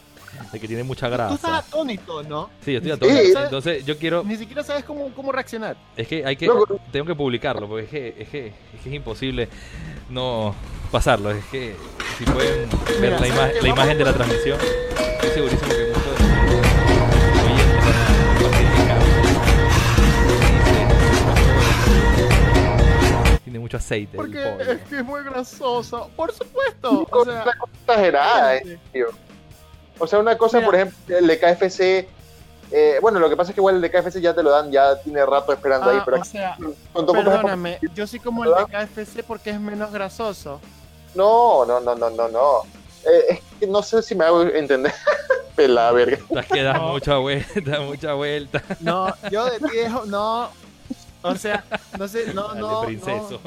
de que tiene mucha Tú estás grasa. atónito, ¿no? Sí, yo estoy Sí. atónito. Sí. Entonces, yo quiero Ni siquiera sabes cómo, cómo reaccionar. es que hay que Loco. tengo que publicarlo porque es que es que es, que es imposible no pasarlo, es que si pueden ver Mira, la, ¿sabes ima- qué? la imagen de la transmisión, estoy segurísimo que muchos de nuestros oyentes van a- van a criticar. Tiene mucho aceite el Porque pollo. es que es muy grasoso. Por supuesto. O sea, una cosa exagerada, eh. O sea, una cosa, Mira. por ejemplo, el de KFC. eh, bueno, lo que pasa es que igual el de KFC ya te lo dan, ya tiene rato esperando ahí, ah, pero o sea, cuando compras- perdóname, yo sí como el de KFC porque es menos grasoso. No, no, no, no, no, no. Eh, es que no sé si me hago entender. Pelada verga. Te has que das No. mucha vuelta, mucha vuelta. No, yo de ti dejo, no. O sea, no sé, no, Dale, no. princeso.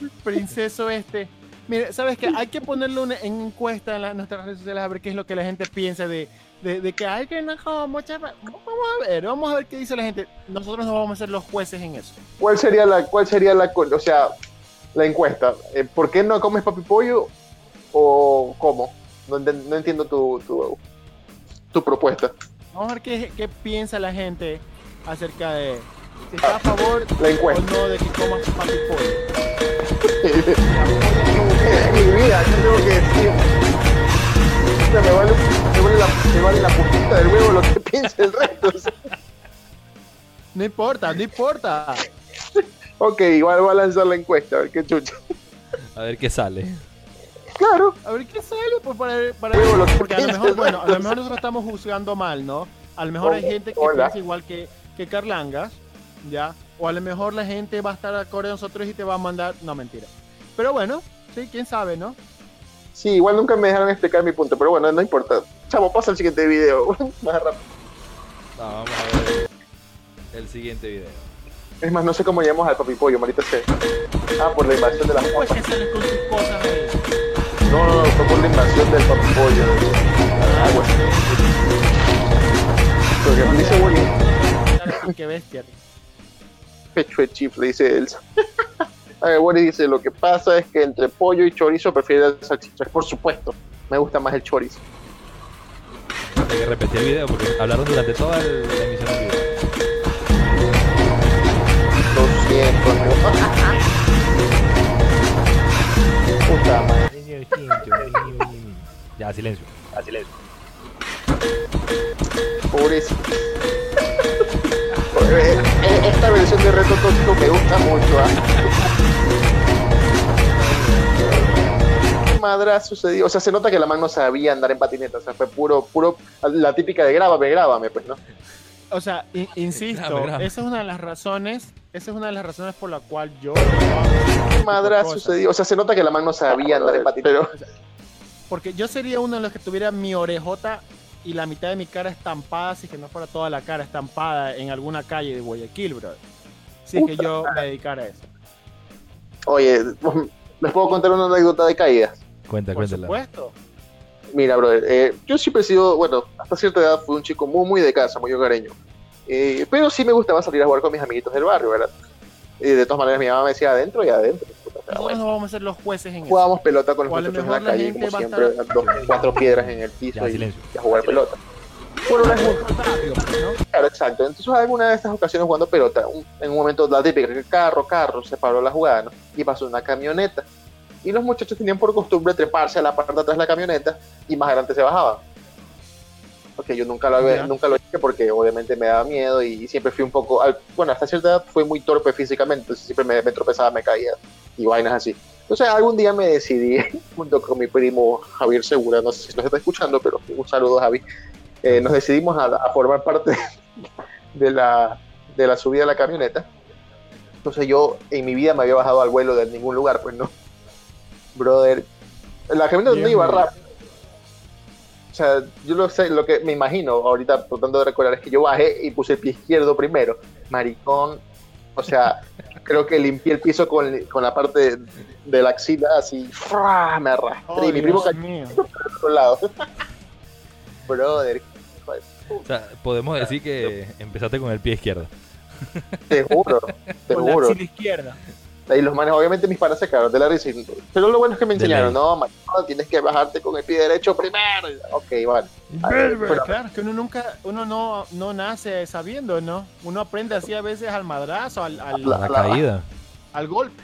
no, princeso este. Mire, ¿sabes qué? Hay que ponerle una en encuesta en las- nuestras redes sociales a ver qué es lo que la gente piensa de, de, de que hay que no como mucha- Vamos a ver, vamos a ver qué dice la gente. Nosotros no vamos a ser los jueces en eso. ¿Cuál sería la, cuál sería la, co- o sea, la encuesta? Eh, ¿Por qué no comes papi pollo o cómo? No, enten- no entiendo tu, tu, tu propuesta. Vamos a ver qué, qué piensa la gente acerca de si está a favor La o encuesta. no de que comas papi pollo. Es mi vida, yo tengo que decir. O sea, me, vale, me vale la, me vale la puntita del huevo lo que piense el resto. o sea. No importa, no importa. Ok, igual voy a lanzar la encuesta, a ver qué chucha. A ver qué sale. Claro, A ver qué sale, pues para, para Luego lo porque a lo pienso, mejor, bueno, a lo entonces. mejor nosotros estamos juzgando mal, ¿no? A lo mejor hay gente que Hola. piensa igual que, que Carlangas, ¿ya? O a lo mejor la gente va a estar acorde a nosotros y te va a mandar. No, mentira. Pero bueno, sí, quién sabe, ¿no? sí, igual nunca me dejaron explicar mi punto, pero bueno, no importa. Chamo, pasa al siguiente video. Más rápido. No, vamos a ver el siguiente video. Es más, no sé cómo llamamos al papi pollo, marita C. Ah, por la invasión de las Pues papas. que sales con tus cosas ahí. No, no, no, fue por la invasión del papi pollo. Ah, bueno. Porque me dice bullying. pues, Qué bestia. Pecho de chifle, dice Elsa. A ver, Boris dice, lo que pasa es que entre pollo y chorizo prefiero las salchichas. Por supuesto, me gusta más el chorizo. Hay que repetir el video porque hablaron durante toda el- la emisión del video. Lo siento, amigo. Puta madre. Ya, silencio. Pobrecito. Eh, eh, Esta versión de Reto Tóxico me gusta mucho. ¿ah? ¿Qué madra sucedió? O sea, se nota que la man no sabía andar en patineta. O sea, fue puro, puro. La típica de grábame, grábame, pues, ¿no? O sea, in- insisto, Grave, grave. esa es una de las razones, esa es una de las razones por la cual yo. ¿Qué madra sucedió? O sea, se nota que la man no sabía andar en patineta. Porque yo sería uno de los que tuviera mi orejota y la mitad de mi cara estampada, si es que no fuera toda la cara estampada en alguna calle de Guayaquil, bro. Si es que yo me dedicara a eso. Oye, les puedo contar una anécdota de caídas. Cuenta, Por cuéntala. supuesto. Mira, brother, eh, yo siempre he sido, bueno, hasta cierta edad fui un chico muy, muy de casa, muy hogareño. Eh, pero sí me gustaba salir a jugar con mis amiguitos del barrio, ¿verdad? Y de todas maneras, mi mamá me decía adentro y adentro. puta, o sea, Nosotros bueno. no vamos a ser los jueces en eso. Jugábamos pelota con los O a lo muchachos en mejor la la calle, gente como va a siempre, estar- dos, cuatro piedras en el piso Ya, y, silencio. y a jugar pelota. Por una pues, Claro, exacto. Entonces, en una de estas ocasiones jugando pelota, un- en un momento la típica, que carro, carro, se paró la jugada, ¿no? Y pasó una camioneta. y los muchachos tenían por costumbre treparse a la parte de atrás de la camioneta y más adelante se bajaban. Porque yo nunca lo, había- Ya. nunca lo hice porque obviamente me daba miedo y siempre fui un poco, al- bueno, hasta cierta edad fui muy torpe físicamente, entonces siempre me, me tropezaba, me caía y vainas así. Entonces algún día me decidí, junto con mi primo Javier Segura, no sé si nos está escuchando, pero un saludo Javi, Eh, nos decidimos a, a formar parte de la, de la subida de la camioneta. Entonces yo en mi vida me había bajado al vuelo de ningún lugar, pues no. Brother, la camioneta no Bien, iba bien. rápido. O sea, yo lo sé, lo que me imagino ahorita tratando de recordar es que yo bajé y puse el pie izquierdo primero. Maricón, o sea, creo que limpié el piso con, con la parte de, de la axila así, ¡fra! me arrastré y mi primo cayó al otro lado. Brother, O sea, podemos decir que empezaste con el pie izquierdo. te juro, te Con la juro. axila izquierda. Ahí los manes, obviamente mis panas se cagaron de la risa. y- Pero lo bueno es que me De enseñaron, ley. no, maricón, tienes que bajarte con el pie derecho primero. Ok, vale. Pero claro, es que uno nunca, uno no, no nace sabiendo, ¿no? Uno aprende así a veces al madrazo, al, al, A la la- caída. al golpe.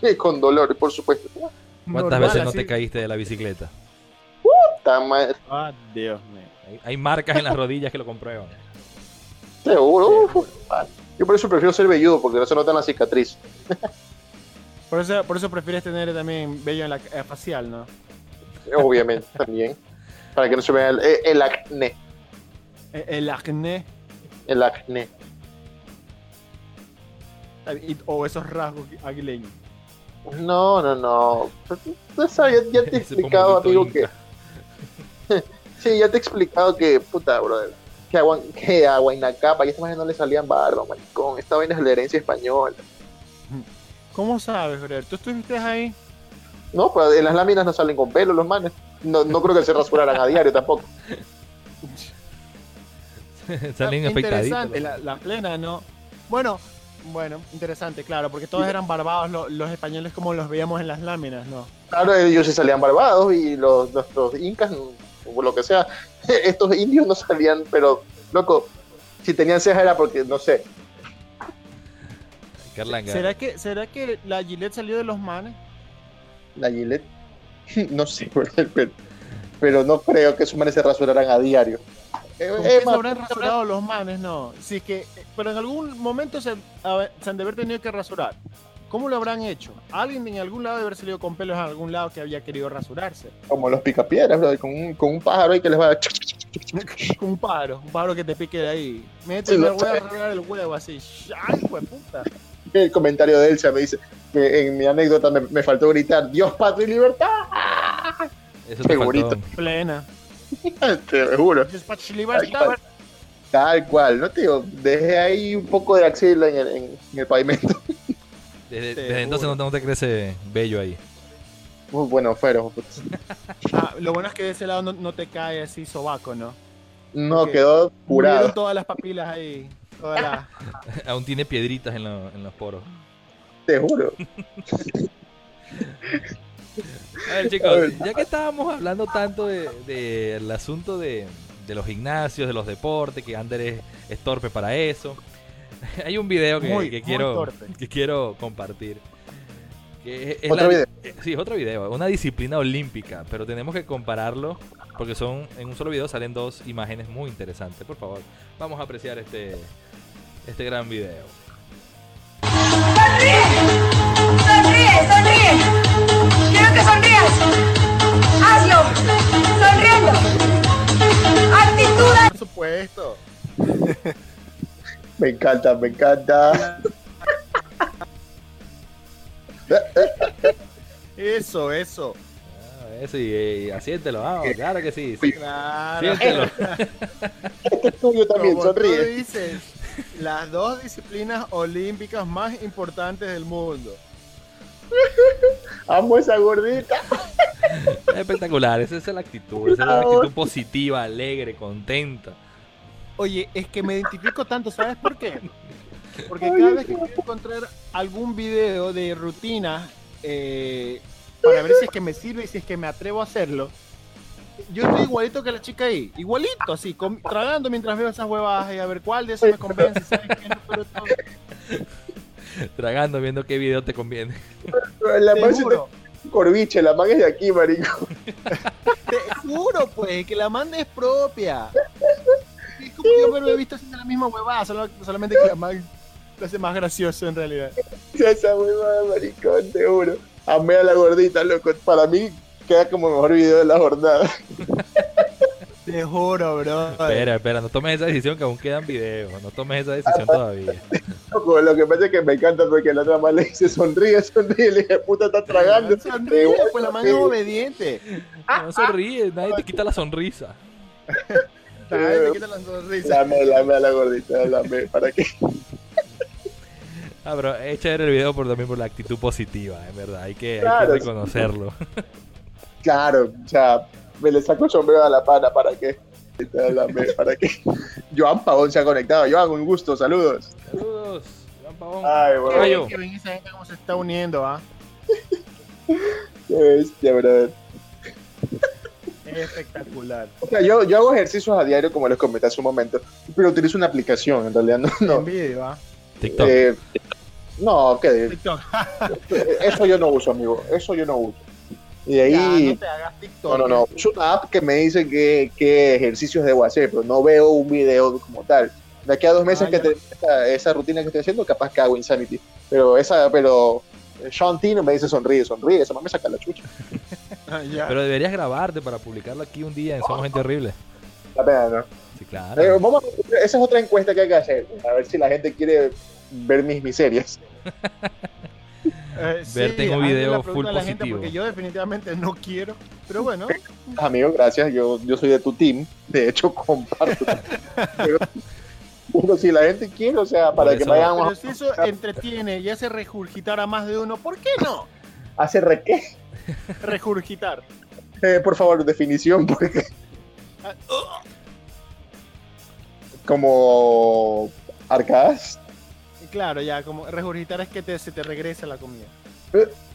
Con dolor, por supuesto. ¿Cuántas normal, veces no así. te caíste de la bicicleta? Está mal, Ah, Dios mío. Hay, hay marcas en las rodillas que lo comprueban. seguro. uf, vale. Yo por eso prefiero ser velludo, porque no se nota la cicatriz. Por eso, por eso prefieres tener también bello en la eh, facial, ¿no? Obviamente, también. Para que no se vea el, el acné. Eh, El acné El acné. eh, y- o esos rasgos aguileños. No, no, no. O sea, ya, ya te he Ese explicado, pomodito amigo, que. sí, ya te he explicado que, puta, brother. Que agua, que agua en la capa, y a esta mañana no le salían barba, maricón. Esta vaina es la herencia española. ¿Cómo sabes, brother? ¿Tú estuviste ahí? No, pero en las láminas no salen con pelo los manes. No, no creo que se rasuraran a diario tampoco. Salen Ah, afeitaditos. Interesante, la, la plena, ¿no? Bueno, bueno, interesante, claro, porque todos eran barbados lo- los españoles como los veíamos en las láminas, ¿no? Claro, ellos sí salían barbados y los nuestros incas, o lo que sea, estos indios no salían, pero, loco, si tenían ceja era porque, no sé, Carlanga. ¿Será que, ¿Será que la Gillette salió de los manes? la Gillette, no sé, brother, pero, pero no creo que esos manes se rasuraran a diario. Eh, ¿Con eh, qué se más- habrán rasurado los manes? No. Si es que, pero en algún momento se, a- se han de haber tenido que rasurar. ¿Cómo lo habrán hecho? Alguien en algún lado debe haber salido con pelos en algún lado que había querido rasurarse. como los picapiedras, brother, con un, con un pájaro ahí que les va a... Con un pájaro, un pájaro que te pique de ahí. Mete, Sí, me no voy a sé. rasurar el huevo así. ¡Ay, puta! El comentario de Elsa me dice, eh, en mi anécdota me, me faltó gritar, Dios, patria y libertad, Eso te Segurito. faltó. Plena. te lo juro. Despacho libertad, cual. Tal cual, no te digo, dejé ahí un poco de axila en el, en- en el pavimento. Desde, Seguro. desde entonces no, no te crece bello ahí. Muy bueno, fueron. pues. Ah, lo bueno es que de ese lado no, no te cae así sobaco, ¿no? No Ok. quedó Murieron curado. todas las papilas ahí. Todas las... Aún tiene piedritas en, lo- en los poros. Te juro. A ver, chicos, ya que estábamos hablando tanto del de, del asunto de, de los gimnasios, de los deportes, que Ander es, es torpe para eso, hay un video que, Muy, que muy quiero, torpe. que quiero compartir. que es- es Otro la- video. eh, Sí, es otro video, una disciplina olímpica, pero tenemos que compararlo porque son en un solo video salen dos imágenes muy interesantes. Por favor, vamos a apreciar este, este gran video. Sonríe, sonríe, sonríe. Quiero que sonrías. Hazlo, sonriendo. Actitud Por supuesto. Me encanta, me encanta. Eso, eso. Ah, eso y, y asiéntelo, vamos, claro que sí, sí, Claro. siéntelo. Yo también, Como tú sonríe. dices, las dos disciplinas olímpicas más importantes del mundo. Amo esa gordita. Es espectacular, esa es la actitud, esa es la actitud positiva, alegre, contenta. Oye, es que me identifico tanto, ¿sabes por qué? Porque cada vez que quiero encontrar algún video de rutina eh, para ver si es que me sirve y si es que me atrevo a hacerlo, yo estoy igualito que la chica ahí, igualito, así, com- tragando mientras veo esas huevadas y a ver cuál de esas me convence, ¿sabes qué? No, pero todo- Tragando, viendo qué video te conviene. La te parte juro. te- Corviche, la man es de aquí, marico. Te juro, pues, que la manda es propia. Es como yo me lo he visto haciendo la misma huevada, solo- solamente que la man lo hace más gracioso en realidad. Esa huevada, maricón, te juro. Amé a la gordita, loco. Para mí queda como el mejor video de la jornada. Te juro, bro. Espera, espera, no tomes esa decisión que aún quedan videos. No tomes esa decisión todavía. Loco, lo que pasa es que me encanta porque la otra man le dice sonríe, sonríe, y le dije, puta, está tragando. Sonríe, Te juro, pues la man Ah, sí. es obediente. No sonríes, nadie te quita la sonrisa. Ay, te quita la sonrisa. La amé, la amé a la gordita, la amé. ¿Para qué? Ah, pero es chévere el video por también por la actitud positiva, es verdad. Hay que, hay que Claro. reconocerlo. Claro, o sea, me le saco el sombrero a la pana, ¿para qué? La amé, ¿Para qué? Joan Pavón se ha conectado. Joan, un gusto, saludos. Saludos, Iván Pavón. Ay, bueno. Caballo. Que ven esa gente cómo se está uniendo, ¿ah? Qué bestia, brother. Es espectacular. O sea, yo, yo hago ejercicios a diario, como les comenté hace un momento, pero utilizo una aplicación, en realidad no. En no. vídeo, ¿ah? TikTok. Eh, no, que TikTok. eso yo no uso, amigo. Eso yo no uso. Y de Ya, no ahí. te hagas TikTok. No, no, no. Es una app que me dice qué, qué ejercicios debo hacer, pero no veo un video como tal. De aquí a dos Ah, meses que ya. termine esa, esa rutina que estoy haciendo, capaz que hago Insanity. Pero esa, pero eh, Sean Tino me dice sonríe, sonríe, esa mamá me saca la chucha. Ah, ya. Pero deberías grabarte para publicarlo aquí un día en Somos Gente Horrible. La pena, ¿no? Sí, Eh, claro. vamos a- esa es otra encuesta que hay que hacer. A ver si la gente quiere ver mis miserias. Eh, Verte en un hazle video la pregunta full a la gente, positivo. Porque yo definitivamente no quiero. Pero bueno, Amigo, gracias. Yo, yo soy de tu team. De hecho, comparto. pero, pero si la gente quiere, o sea, para Por que eso- pero vayamos si eso entretiene y hace regurgitar a más de uno, ¿por qué no? a hacer requé. Regurgitar. Eh, por favor, definición, porque. Como. Arcadas. Y Claro, ya, como regurgitar es que te- se te regresa la comida.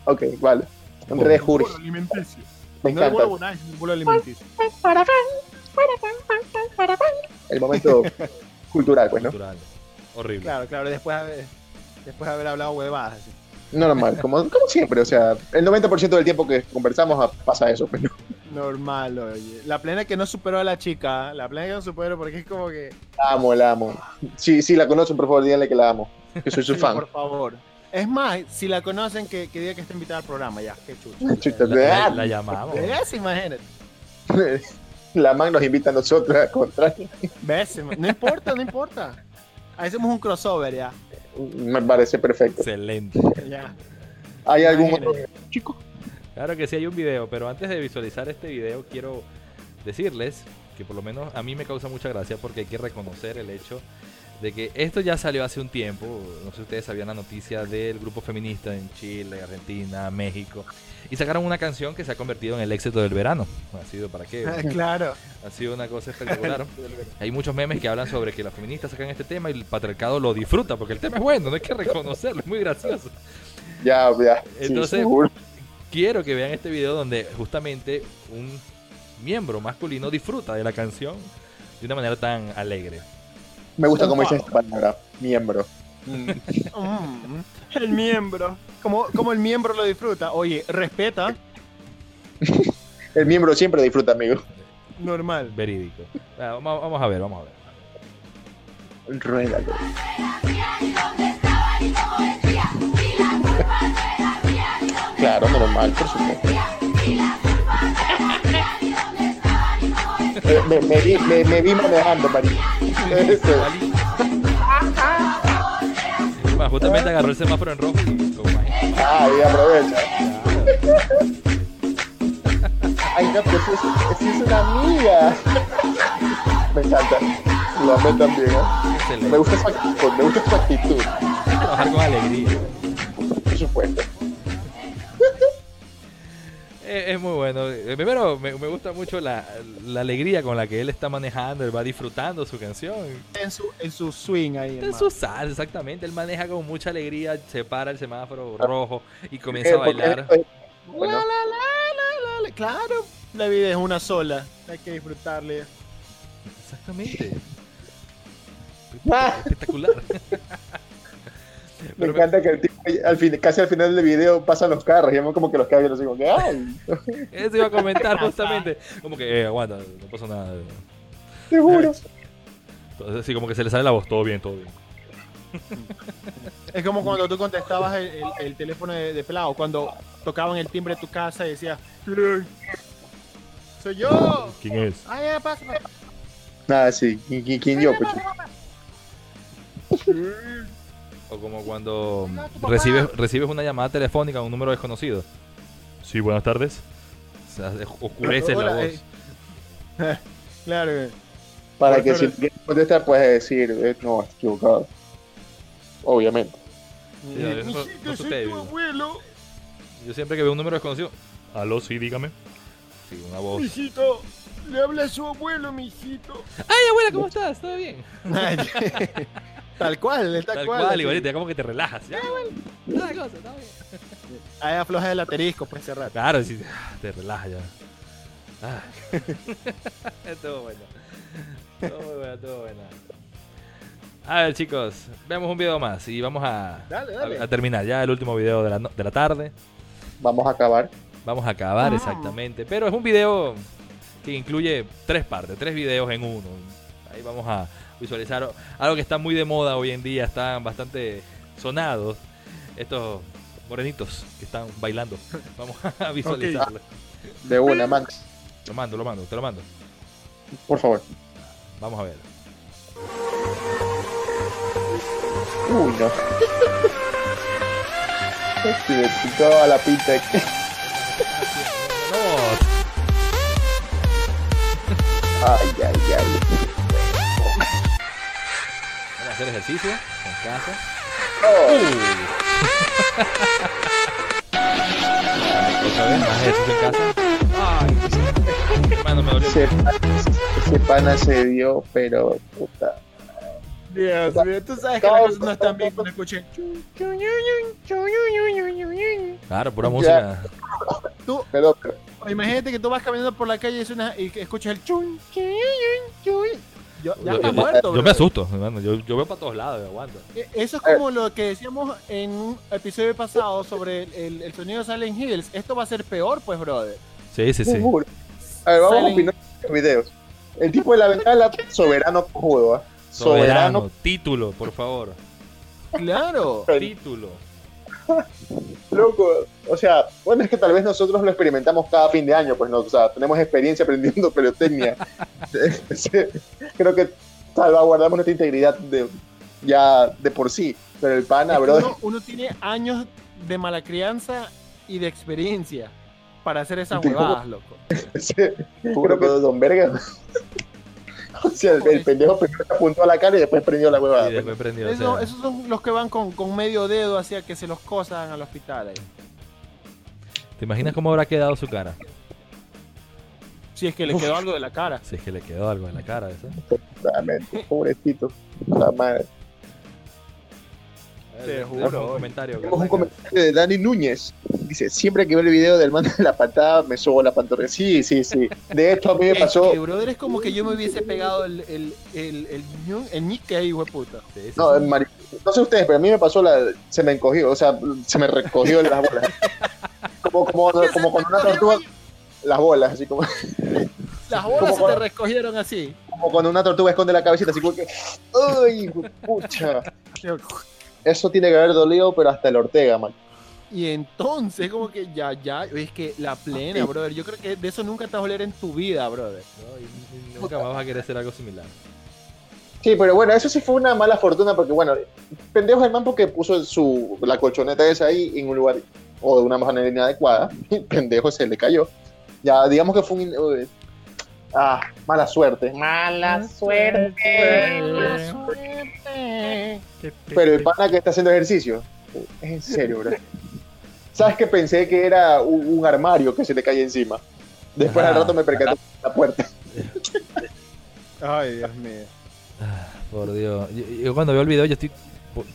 Ok, vale. Bueno. Rejurgi. Bolo alimenticio. Me no el encanta. bolo bonais, el bolo alimenticio. El momento cultural, pues, ¿no? Cultural. Horrible. Claro, claro, después haber, después de haber hablado huevadas. así. Normal, como, como siempre. O sea, el 90% del tiempo que conversamos ah, pasa eso, pues, ¿no? Normal, oye. La plena que no superó a la chica, ¿ah? la plena que no superó porque es como que... La amo, la amo. Sí, sí, la conocen, por favor, díganle que la amo. Que soy su Sí, fan. Por favor. Es más, si la conocen, que, que diga que está invitada al programa, ya, qué Chuta, chucho. La, la- ah, la llamamos. ¿Ves? Imagínate. La man nos invita a nosotros a encontrar. ¿Ves? Ima- No importa, no importa. Ahí hacemos un crossover, ya. Me parece perfecto. Excelente. ya. ¿Hay algún otro? Imagínate. Chico, Claro que sí hay un video, pero antes de visualizar este video quiero decirles que por lo menos a mí me causa mucha gracia porque hay que reconocer el hecho de que esto ya salió hace un tiempo, no sé si ustedes sabían la noticia del grupo feminista en Chile, Argentina, México, y sacaron una canción que se ha convertido en el éxito del verano. Ha sido para qué, Claro. ha sido una cosa espectacular. Hay muchos memes que hablan sobre que las feministas sacan este tema y el patriarcado lo disfruta porque el tema es bueno, no hay que reconocerlo, es muy gracioso. Ya, ya. eh, Sí, Entonces- seguro. quiero que vean este video donde justamente un miembro masculino disfruta de la canción de una manera tan alegre. Me gusta cómo dice esta palabra. Miembro. Mm, el miembro. Como, como el miembro lo disfruta. Oye, respeta. El miembro siempre disfruta, amigo. Normal. Verídico. Ah, Vamos, vamos a ver, vamos a ver. Ruédalo. Claro, normal, por supuesto. Eh, Me, me vi, me, me vi manejando, marico. Eso. Bueno, justamente agarró el semáforo en rojo y como ahí. Ah, y aprovecha. Ay, no, pero si es, si es una amiga. Me encanta. La amé también, ¿eh? Me excelente. gusta su actitud, me gusta su actitud, Trabajar con alegría. por supuesto. Eh, Es muy bueno. Eh, Primero, me, me gusta mucho la, la alegría con la que él está manejando, él va disfrutando su canción. En su, en su swing ahí. En hermano. su sal, exactamente. Él maneja con mucha alegría, se para el semáforo rojo y comienza Eh, a porque- bailar. eh, La, bueno, la, la, la, la, la. Claro, la vida es una sola. Hay que disfrutarle. Exactamente. Espectacular. me Pero me- encanta que el tipo al fin, casi al final del video pasan los carros y vemos como que los caballos así como que ¡ay! Eso iba a comentar justamente. Como que, eh, aguanta, no pasa nada. ¡Te juro! Entonces, así como que se le sale la voz, todo bien, todo bien. Es como cuando tú contestabas el, el- el teléfono de, de pelado, cuando tocaban el timbre de tu casa y decías, "Hey, soy yo. ¿Quién es? Ay, ya, pásame. Nada, sí. ¿Qui- qui- ¿Quién yo, pecho? O como cuando recibes, recibes una llamada telefónica de un número desconocido. Sí, buenas tardes. O sea, es- oscurece la Hola, voz. eh. Claro, eh. güey. Para Pues, que si pero- quieres contestar puedes decir, eh, no, estás equivocado. Obviamente. Ya, eso- Mijito, eso soy te tu digo. abuelo. Yo siempre que veo un número desconocido. Aló, sí, dígame. Sí, una voz. Mijito, le habla a su abuelo, mijito. ¡Ay, abuela, ¿cómo estás? ¿Todo bien? tal cual, tal, cual. Tal cual, así. igualito, ya como que te relajas. Ya, abuela, toda la cosa, todo bien. Ahí afloja el pues, aterisco, puedes cerrar. Claro, sí, te relaja ya. Ah. estuvo bueno. Estuvo muy bueno, estuvo bueno. A ver, chicos, veamos un video más y vamos a, Dale, dale. a- a terminar ya el último video de la, no- de la tarde. Vamos a acabar. Vamos a acabar Ah. exactamente, pero es un video que incluye tres partes, tres videos en uno. Ahí vamos a visualizar algo que está muy de moda hoy en día, están bastante sonados estos morenitos que están bailando. Vamos a visualizarlo. De una, Max. Lo mando, lo mando, te lo mando. Por favor. Vamos a ver. Uy, no. Sí, me pintó a la pinta. No, Ay, ay, ay. van a hacer ejercicio en casa. No. Otra vez, más ejercicio en casa. Ay, hermano, me dolió. Ese, ese pana se dio, pero puta. Dios mío, tú sabes que las cosas no están bien cuando escuchen. chu, chu, ñu, ñu, chu, ñu, ñu, ñu, ñu, ñu. Claro, pura música. Tú, Perdón, pero o imagínate que tú vas caminando por la calle y, suena- y que escuchas el chun, chun, chun, chun. Yo, ya Yo- está yo- muerto, Yo bro. me asusto, hermano. Yo, yo veo para todos lados, yo aguanto. Eh, Eso es como lo que decíamos en un episodio pasado sobre el, el- el sonido de Silent Hills. Esto va a ser peor, pues, brother. Sí, sí, te sí. juro. A ver, vamos Salen. a opinar de los videos. El tipo de la ventana, soberano cojudo, ¿ah? Soberano, Soberano. título, por favor. Claro. Título. Loco, o sea, bueno, es que tal vez nosotros lo experimentamos cada fin de año, pues no, o sea, tenemos experiencia aprendiendo pelotecnia. Creo que salvaguardamos nuestra integridad de, ya de por sí, pero el pana, Es que bro, uno, uno tiene años de mala crianza y de experiencia para hacer esas Te juro. huevadas, loco. juro que don verga. o sea, el, el pendejo primero te apuntó a la cara y después prendió la huevada. pues. Y después prendido. o sea, Eso- esos son los que van con, con medio dedo hacia que se los cosan al hospital. ahí. ¿Te imaginas cómo habrá quedado su cara? Si es que le quedó algo de la cara. Si es que le quedó algo en la cara. ¿sí? Exactamente, Ah, pobrecito. La madre. A ver, Te tenemos juro, Un oye. comentario. Tenemos un Carlos. comentario de Dani Núñez. Dice, siempre que veo el video del man de la patada, me subo la pantorrilla. Sí, sí, sí. De esto a mí me Es pasó... que, brother, es como que yo me hubiese pegado el, el, el, el, ñu- el ñique ahí, hueputa. Sí, sí, No, sí. Mari- no sé ustedes, pero a mí me pasó la. Se me encogió, o sea, se me recogió las bolas. Como, como, como con una tortuga, las bolas, así como, Las bolas se ¿Cómo? te recogieron así. como cuando una tortuga esconde la cabecita, así como que. ¡Ay, pucha! Eso tiene que haber dolido, pero hasta el Ortega, man. Y entonces, como que ya, ya, oye, es que la plena, brother. Yo creo que de eso nunca te vas a oler en tu vida, brother. No, y- y nunca más vas a querer hacer algo similar. Sí, pero bueno, eso sí fue una mala fortuna, porque bueno, pendejo el man porque puso su, la colchoneta esa ahí en un lugar o de una manera inadecuada, y pendejo se le cayó. Ya, digamos que fue un. eh, ah, mala suerte. Mala suerte. Pero el pana que está haciendo ejercicio. Es en serio, bro. ¿Sabes que pensé que era un, un armario que se le caía encima? Después Ah. al rato me percaté de la puerta. Ay, Dios mío. Por Dios. Yo, yo cuando veo el video, yo estoy,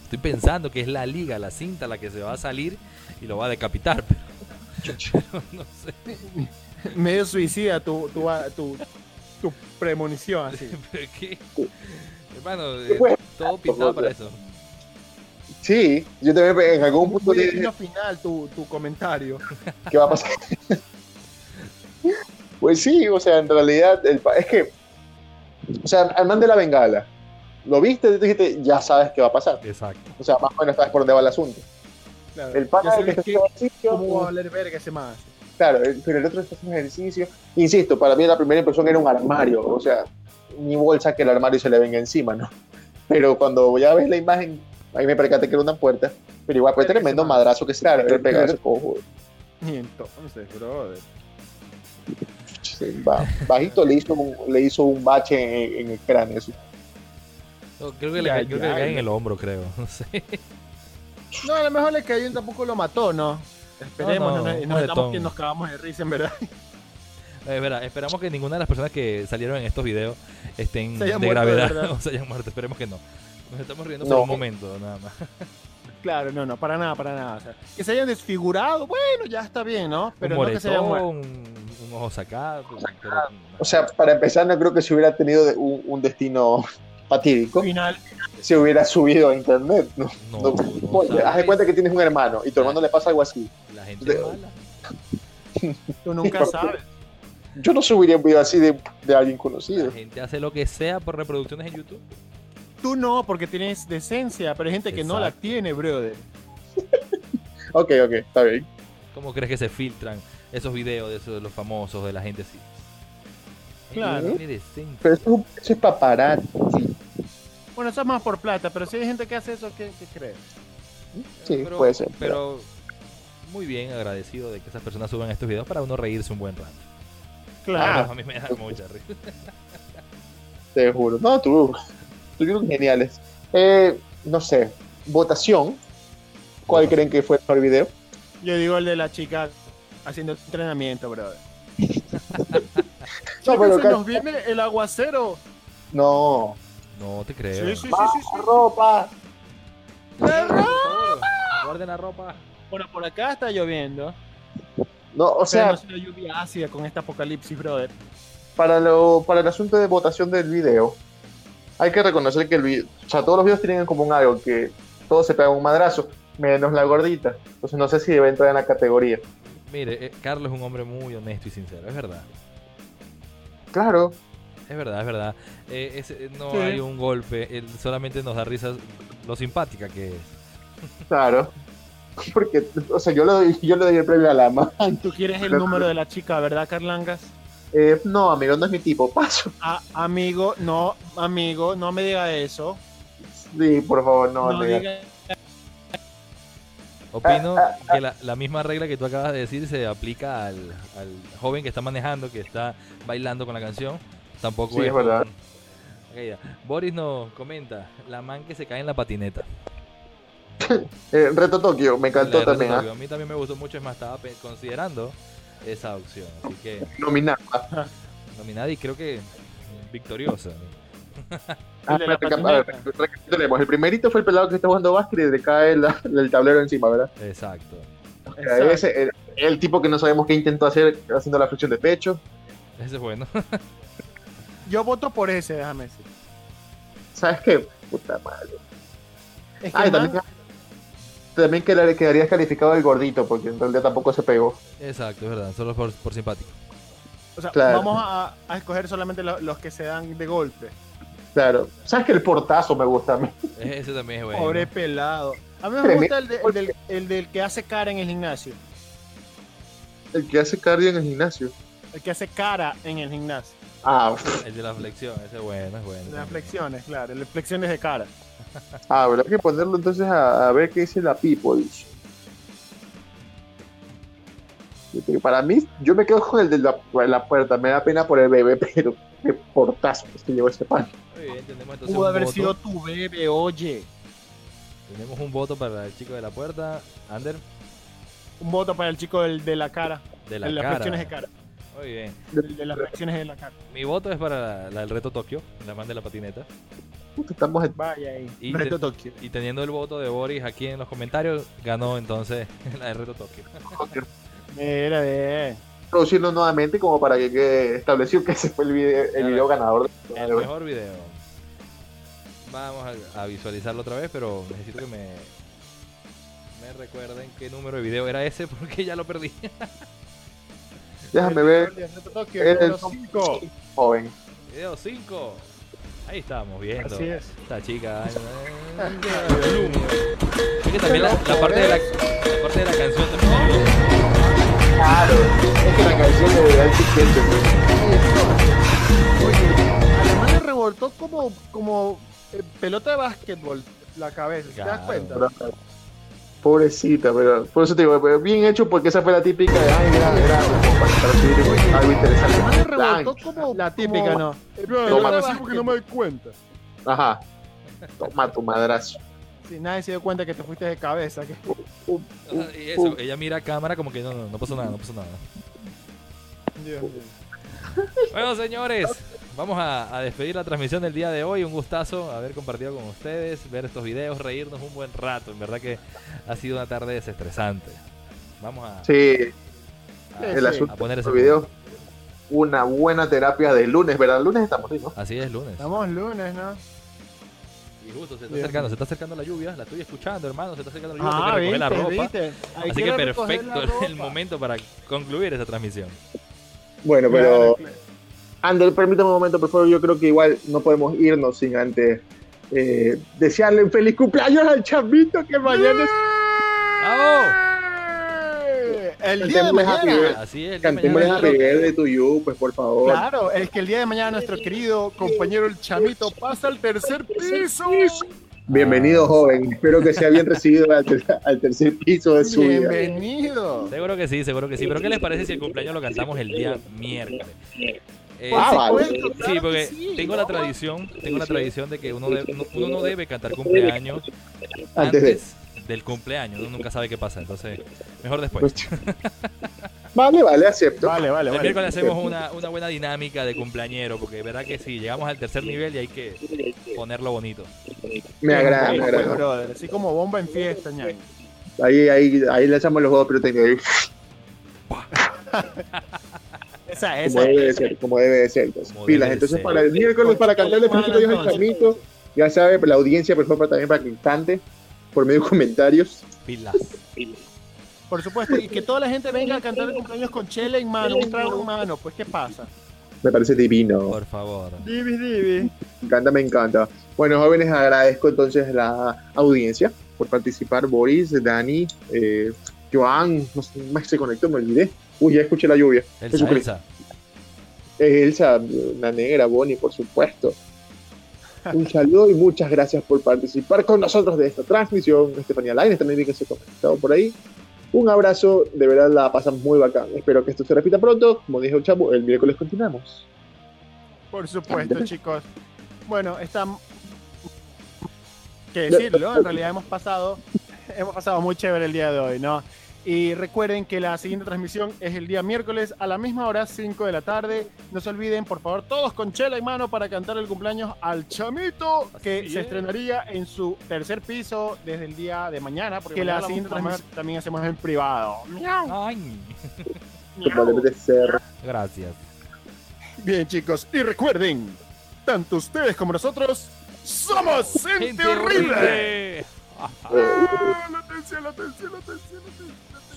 estoy pensando que es la liga, la cinta, la que se va a salir y lo va a decapitar. Pero no sé. Medio suicida tu, tu, tu, tu premonición, así. ¿Pero qué? Hermano, eh, Bueno, todo pintado o sea. para eso. Sí, yo también pues, en algún punto Muy dije destino final tu, tu comentario. ¿qué va a pasar? pues sí, o sea, en realidad, el pa- es que, o sea, al man de la bengala, lo viste, tú dijiste, ya sabes qué va a pasar. Exacto. O sea, más o menos sabes por dónde va el asunto. Claro. El pana Ya del sabes que está que- haciendo ejercicio, pues, ¿Cómo va a valer verga ese man? Claro, el- pero el otro está haciendo ejercicio. Insisto, para mí la primera impresión era un armario, o sea, ni bolsa que el armario se le venga encima, ¿no? Pero cuando ya ves la imagen, ahí me percaté que era una puerta, pero igual fue Pero que tremendo se- madrazo que se Claro, le pegó ese pero- cojo. Y entonces, brother. Sí, va- bajito le hizo, un, le hizo un bache en, en el cráneo. así. No, creo que le Ya, cae- creo que ya, le cae en ya. el hombro, creo. No sé. No, a lo mejor le cayó y tampoco lo mató, ¿no? Esperemos, No, no, no, no, un nos, moletón. estamos, que nos cagamos de risa, en verdad. Eh, verá, esperamos que ninguna de las personas que salieron en estos videos estén Se de hayan muerto de gravedad verdad. o se hayan muerto. Esperemos que no. Nos estamos riendo No. por un momento, nada más. Claro, no, no, para nada, para nada. O sea, que se hayan desfigurado, bueno, ya está bien, ¿no? Pero un no que se hayan muerto. moretón, un, un ojo sacado. pero- O sea, para empezar, no creo que se hubiera tenido de- un, un destino fatídico. Final, Se hubiera subido a internet, ¿no? no, No, no coño, haz de sabes, cuenta que tienes un hermano y tu hermano le pasa algo así. La gente es mala. tú nunca sabes. Yo no subiría un video así de, de alguien La conocido. gente hace lo que sea por reproducciones en YouTube. Tú no, porque tienes decencia, pero hay gente que no la Exacto. tiene, brother. Ok, ok, está bien. ¿Cómo crees que se filtran esos videos de, esos, de los famosos, de la gente así? Claro. Tiene decencia. Pero eso, eso es paparazzi. Bueno, eso es más por plata, pero si hay gente que hace eso, ¿qué, qué crees? Sí, Pero- puede ser. Pero, Pero muy bien agradecido de que esas personas suban estos videos para uno reírse un buen rato. Claro. A mí me da mucha risa. te juro. No, tú. Estuvieron geniales. Eh, no sé. Votación. ¿Cuál Votación. creen que fue el mejor video? Ah, Yo digo el de la chica haciendo entrenamiento, brother. No, No, pero se ca- nos viene el aguacero. No. No te Sí, creo. sí, sí, sí, Va, sí. ropa. La ropa. Guarden la ropa. Bueno, por acá está lloviendo. No, o O sea, sea, no es una lluvia ácida con este apocalipsis, brother. para, lo, para el asunto de votación del video, hay que reconocer que el video, o sea, todos los videos tienen en común algo, que todos se pegan un madrazo, menos la gordita. Entonces no sé si debe entrar en la categoría. Mire, eh, Carlos es un hombre muy honesto y sincero, es verdad. Claro, Es verdad, es verdad. Eh, es- eh, no Sí. hay un golpe, él solamente nos da risas lo simpática que es. claro. Porque, o sea, yo le doy, yo le doy el premio a Lama. ¿Tú quieres el Pero- número de la chica, verdad, Carlangas? Eh, no, amigo, no es mi tipo, paso. Ah, amigo, no, amigo, no me diga eso. Sí, por favor, no, No, diga. diga. Opino Ah, que la, la misma regla que tú acabas de decir se aplica al, al joven que está manejando, que está bailando con la canción. Tampoco Sí, es verdad. un- Ok, ya. Boris nos comenta, la man que se cae en la patineta. Eh, Reto Tokio, me encantó La verdad, también. ¿ah? A mí también me gustó mucho, es más, estaba pe- considerando esa opción. Así que ¿ah? Nominada. nominada y creo que victoriosa. El de la Ah, a ver, patineta. recapitulemos. El primerito fue el pelado que está jugando básquet y le cae la- el tablero encima, ¿verdad? Exacto. O sea, Exacto. ese, el, el tipo que no sabemos qué intentó hacer haciendo la flexión de pecho. Ese es bueno. Yo voto por ese, déjame decir. ¿Sabes qué? Puta madre. Es que Ah, y el man- también, también queda- quedaría calificado el gordito, porque en realidad tampoco se pegó. Exacto, es verdad. Solo por, por simpático. o sea, claro. vamos a, a escoger solamente lo- los que se dan de golpe. Claro. ¿Sabes que el portazo me gusta a mí? E- Ese también es bueno. Pobre pelado. A mí me Tremendo. gusta el, de- el del, el del que hace cara en el gimnasio. El que hace cardio en el gimnasio. El que hace cara en el gimnasio. Ah, El de la flexión, ese es bueno, es bueno. Las flexiones, claro. Las flexiones de cara. ah ¿verdad? Hay que ponerlo entonces a, a ver qué dice la People. Porque Para mí, yo me quedo con el de la, la puerta. Me da pena por el bebé, pero qué portazo que llevó ese pan. Muy bien, tenemos entonces Pudo un haber voto. sido tu bebé, oye. Tenemos un voto para el chico de la puerta, Ander, Un voto para el chico del, de la cara. de la el de las cara. flexiones de cara. Muy bien. El de las flexiones de la cara. Mi voto es para la, la del reto Tokio, la man de la patineta. Puta, Estamos en- Vaya ahí. Y Reto te- Tokio. Y teniendo el voto de Boris aquí en los comentarios, ganó entonces la del reto Tokio. Mira, ve. introducirlo nuevamente como para que quede establecido que ese fue el video, el Claro. video ganador. El mejor video. Vamos a, a visualizarlo otra vez, pero necesito que me me recuerden qué número de video era ese porque ya lo perdí. Déjame ver, Tokio, Es número el- cinco. joven. Video 5. Ahí estamos viendo. Así es. Esta chica. es que también la, la parte de la, la parte de la canción también. Claro, es que la canción de verdad es existente. Alemania revoltó como, como eh, pelota de básquetbol la cabeza, ¿te das Claro. cuenta? Pero- Pobrecita, pero por eso te digo, pero bien hecho porque esa fue la típica de ay, mira, mira, como para para subir como algo Alemania interesante. revoltó Blanc. como la típica, como- ¿no? pelota de porque no me doy cuenta. Ajá. Toma tu madrazo. Si nadie se dio cuenta que te fuiste de cabeza. que- O sea, y eso, ella mira a cámara como que no, no, no pasó nada, no pasó nada. Dios mío. Bueno, señores, vamos a, a despedir la transmisión del día de hoy. Un gustazo haber compartido con ustedes, ver estos videos, reírnos un buen rato. En verdad que ha sido una tarde desestresante. Vamos a, Sí, a- el sí. asunto a poner de ese los videos. Una buena terapia de lunes, ¿verdad? Lunes estamos, ¿sí, ¿no? Así es, lunes. Estamos lunes, ¿no? Y justo se está Bien. acercando, se está acercando la lluvia, la estoy escuchando, hermano, se está acercando la lluvia, Ah, tengo que recoger viste, la ropa. viste. Hay Así que recoger la perfecto el ropa. momento para concluir esa transmisión. Bueno, Claro, pero claro. Ander, permítame un momento, por favor. Yo creo que igual no podemos irnos sin antes eh, desearle un feliz cumpleaños al chambito que mañana es ¡Bravo! El día de Cantemos Happy mañana. Birthday. Así es, el día de Cantemos mañana. el de tu you, pues por favor. Claro, es que el día de mañana nuestro querido compañero el chamito pasa al tercer piso. Bienvenido, joven. Espero que sea bien recibido al, ter- al tercer piso de su vida. Bienvenido. Seguro que sí, seguro que sí. Pero ¿qué les parece si el cumpleaños lo cantamos el día miércoles? Eh, Ah, sí, vale. Supuesto, claro Sí, que porque sí. tengo la tradición, tengo la tradición de que uno, de- uno- uno no debe cantar cumpleaños Antes de- antes del cumpleaños. Uno nunca sabe qué pasa, entonces mejor Pues, después. Vale, vale, acepto. Vale, vale, El vale. pues. miércoles hacemos una, una buena dinámica de cumpleañero, porque verdad que sí, llegamos al tercer nivel y hay que ponerlo bonito. Me agrada, me Bien, pues, agrada. brother, Así como bomba en fiesta, ñaño. Ahí, ahí, ahí lanzamos los juegos pirotécnicos. Esa, Como esa. debe de ser, como debe de ser. pues. Como Pilas. debe de Entonces, ser. para el miércoles, para cantarle feliz cumpleaños al chamito. Ya sabe, la audiencia, por favor, también para que cante por medio de comentarios. Pilas. Por supuesto, y que toda la gente venga a cantar el cumpleaños con chela en mano, un trago en mano, pues ¿qué pasa? Me parece divino. Por favor. Divi, divi. Me encanta, me encanta. Bueno, jóvenes, agradezco entonces la audiencia por participar. Boris, Dani, eh, Joan, no sé, más se conectó, me olvidé. Uy, ya escuché la lluvia. El Jesucristo. Eh, Elsa, la negra, Bonnie, por supuesto. Un saludo y muchas gracias por participar con nosotros de esta transmisión. Estefanía Lainez también vi que se ha conectado por ahí. Un abrazo, de verdad la pasamos muy bacán. Espero que esto se repita pronto. Como dijo el chavo, el miércoles continuamos. Por supuesto, chicos. Bueno, está que decirlo, en realidad hemos pasado hemos pasado muy chévere el día de hoy, ¿no? Y recuerden que la siguiente transmisión es el día miércoles a la misma hora, 5 de la tarde. No se olviden, por favor, todos con chela en mano para cantar el cumpleaños al chamito que Así se es. estrenaría en su tercer piso desde el día de mañana, porque mañana la la siguiente vamos a transmisión también hacemos en privado. Ay, Como debe de ser. gracias. Bien, chicos, y recuerden, tanto ustedes como nosotros somos gente, horrible. horrible. eh, Ah, la atención, la atención, la atención, la atención.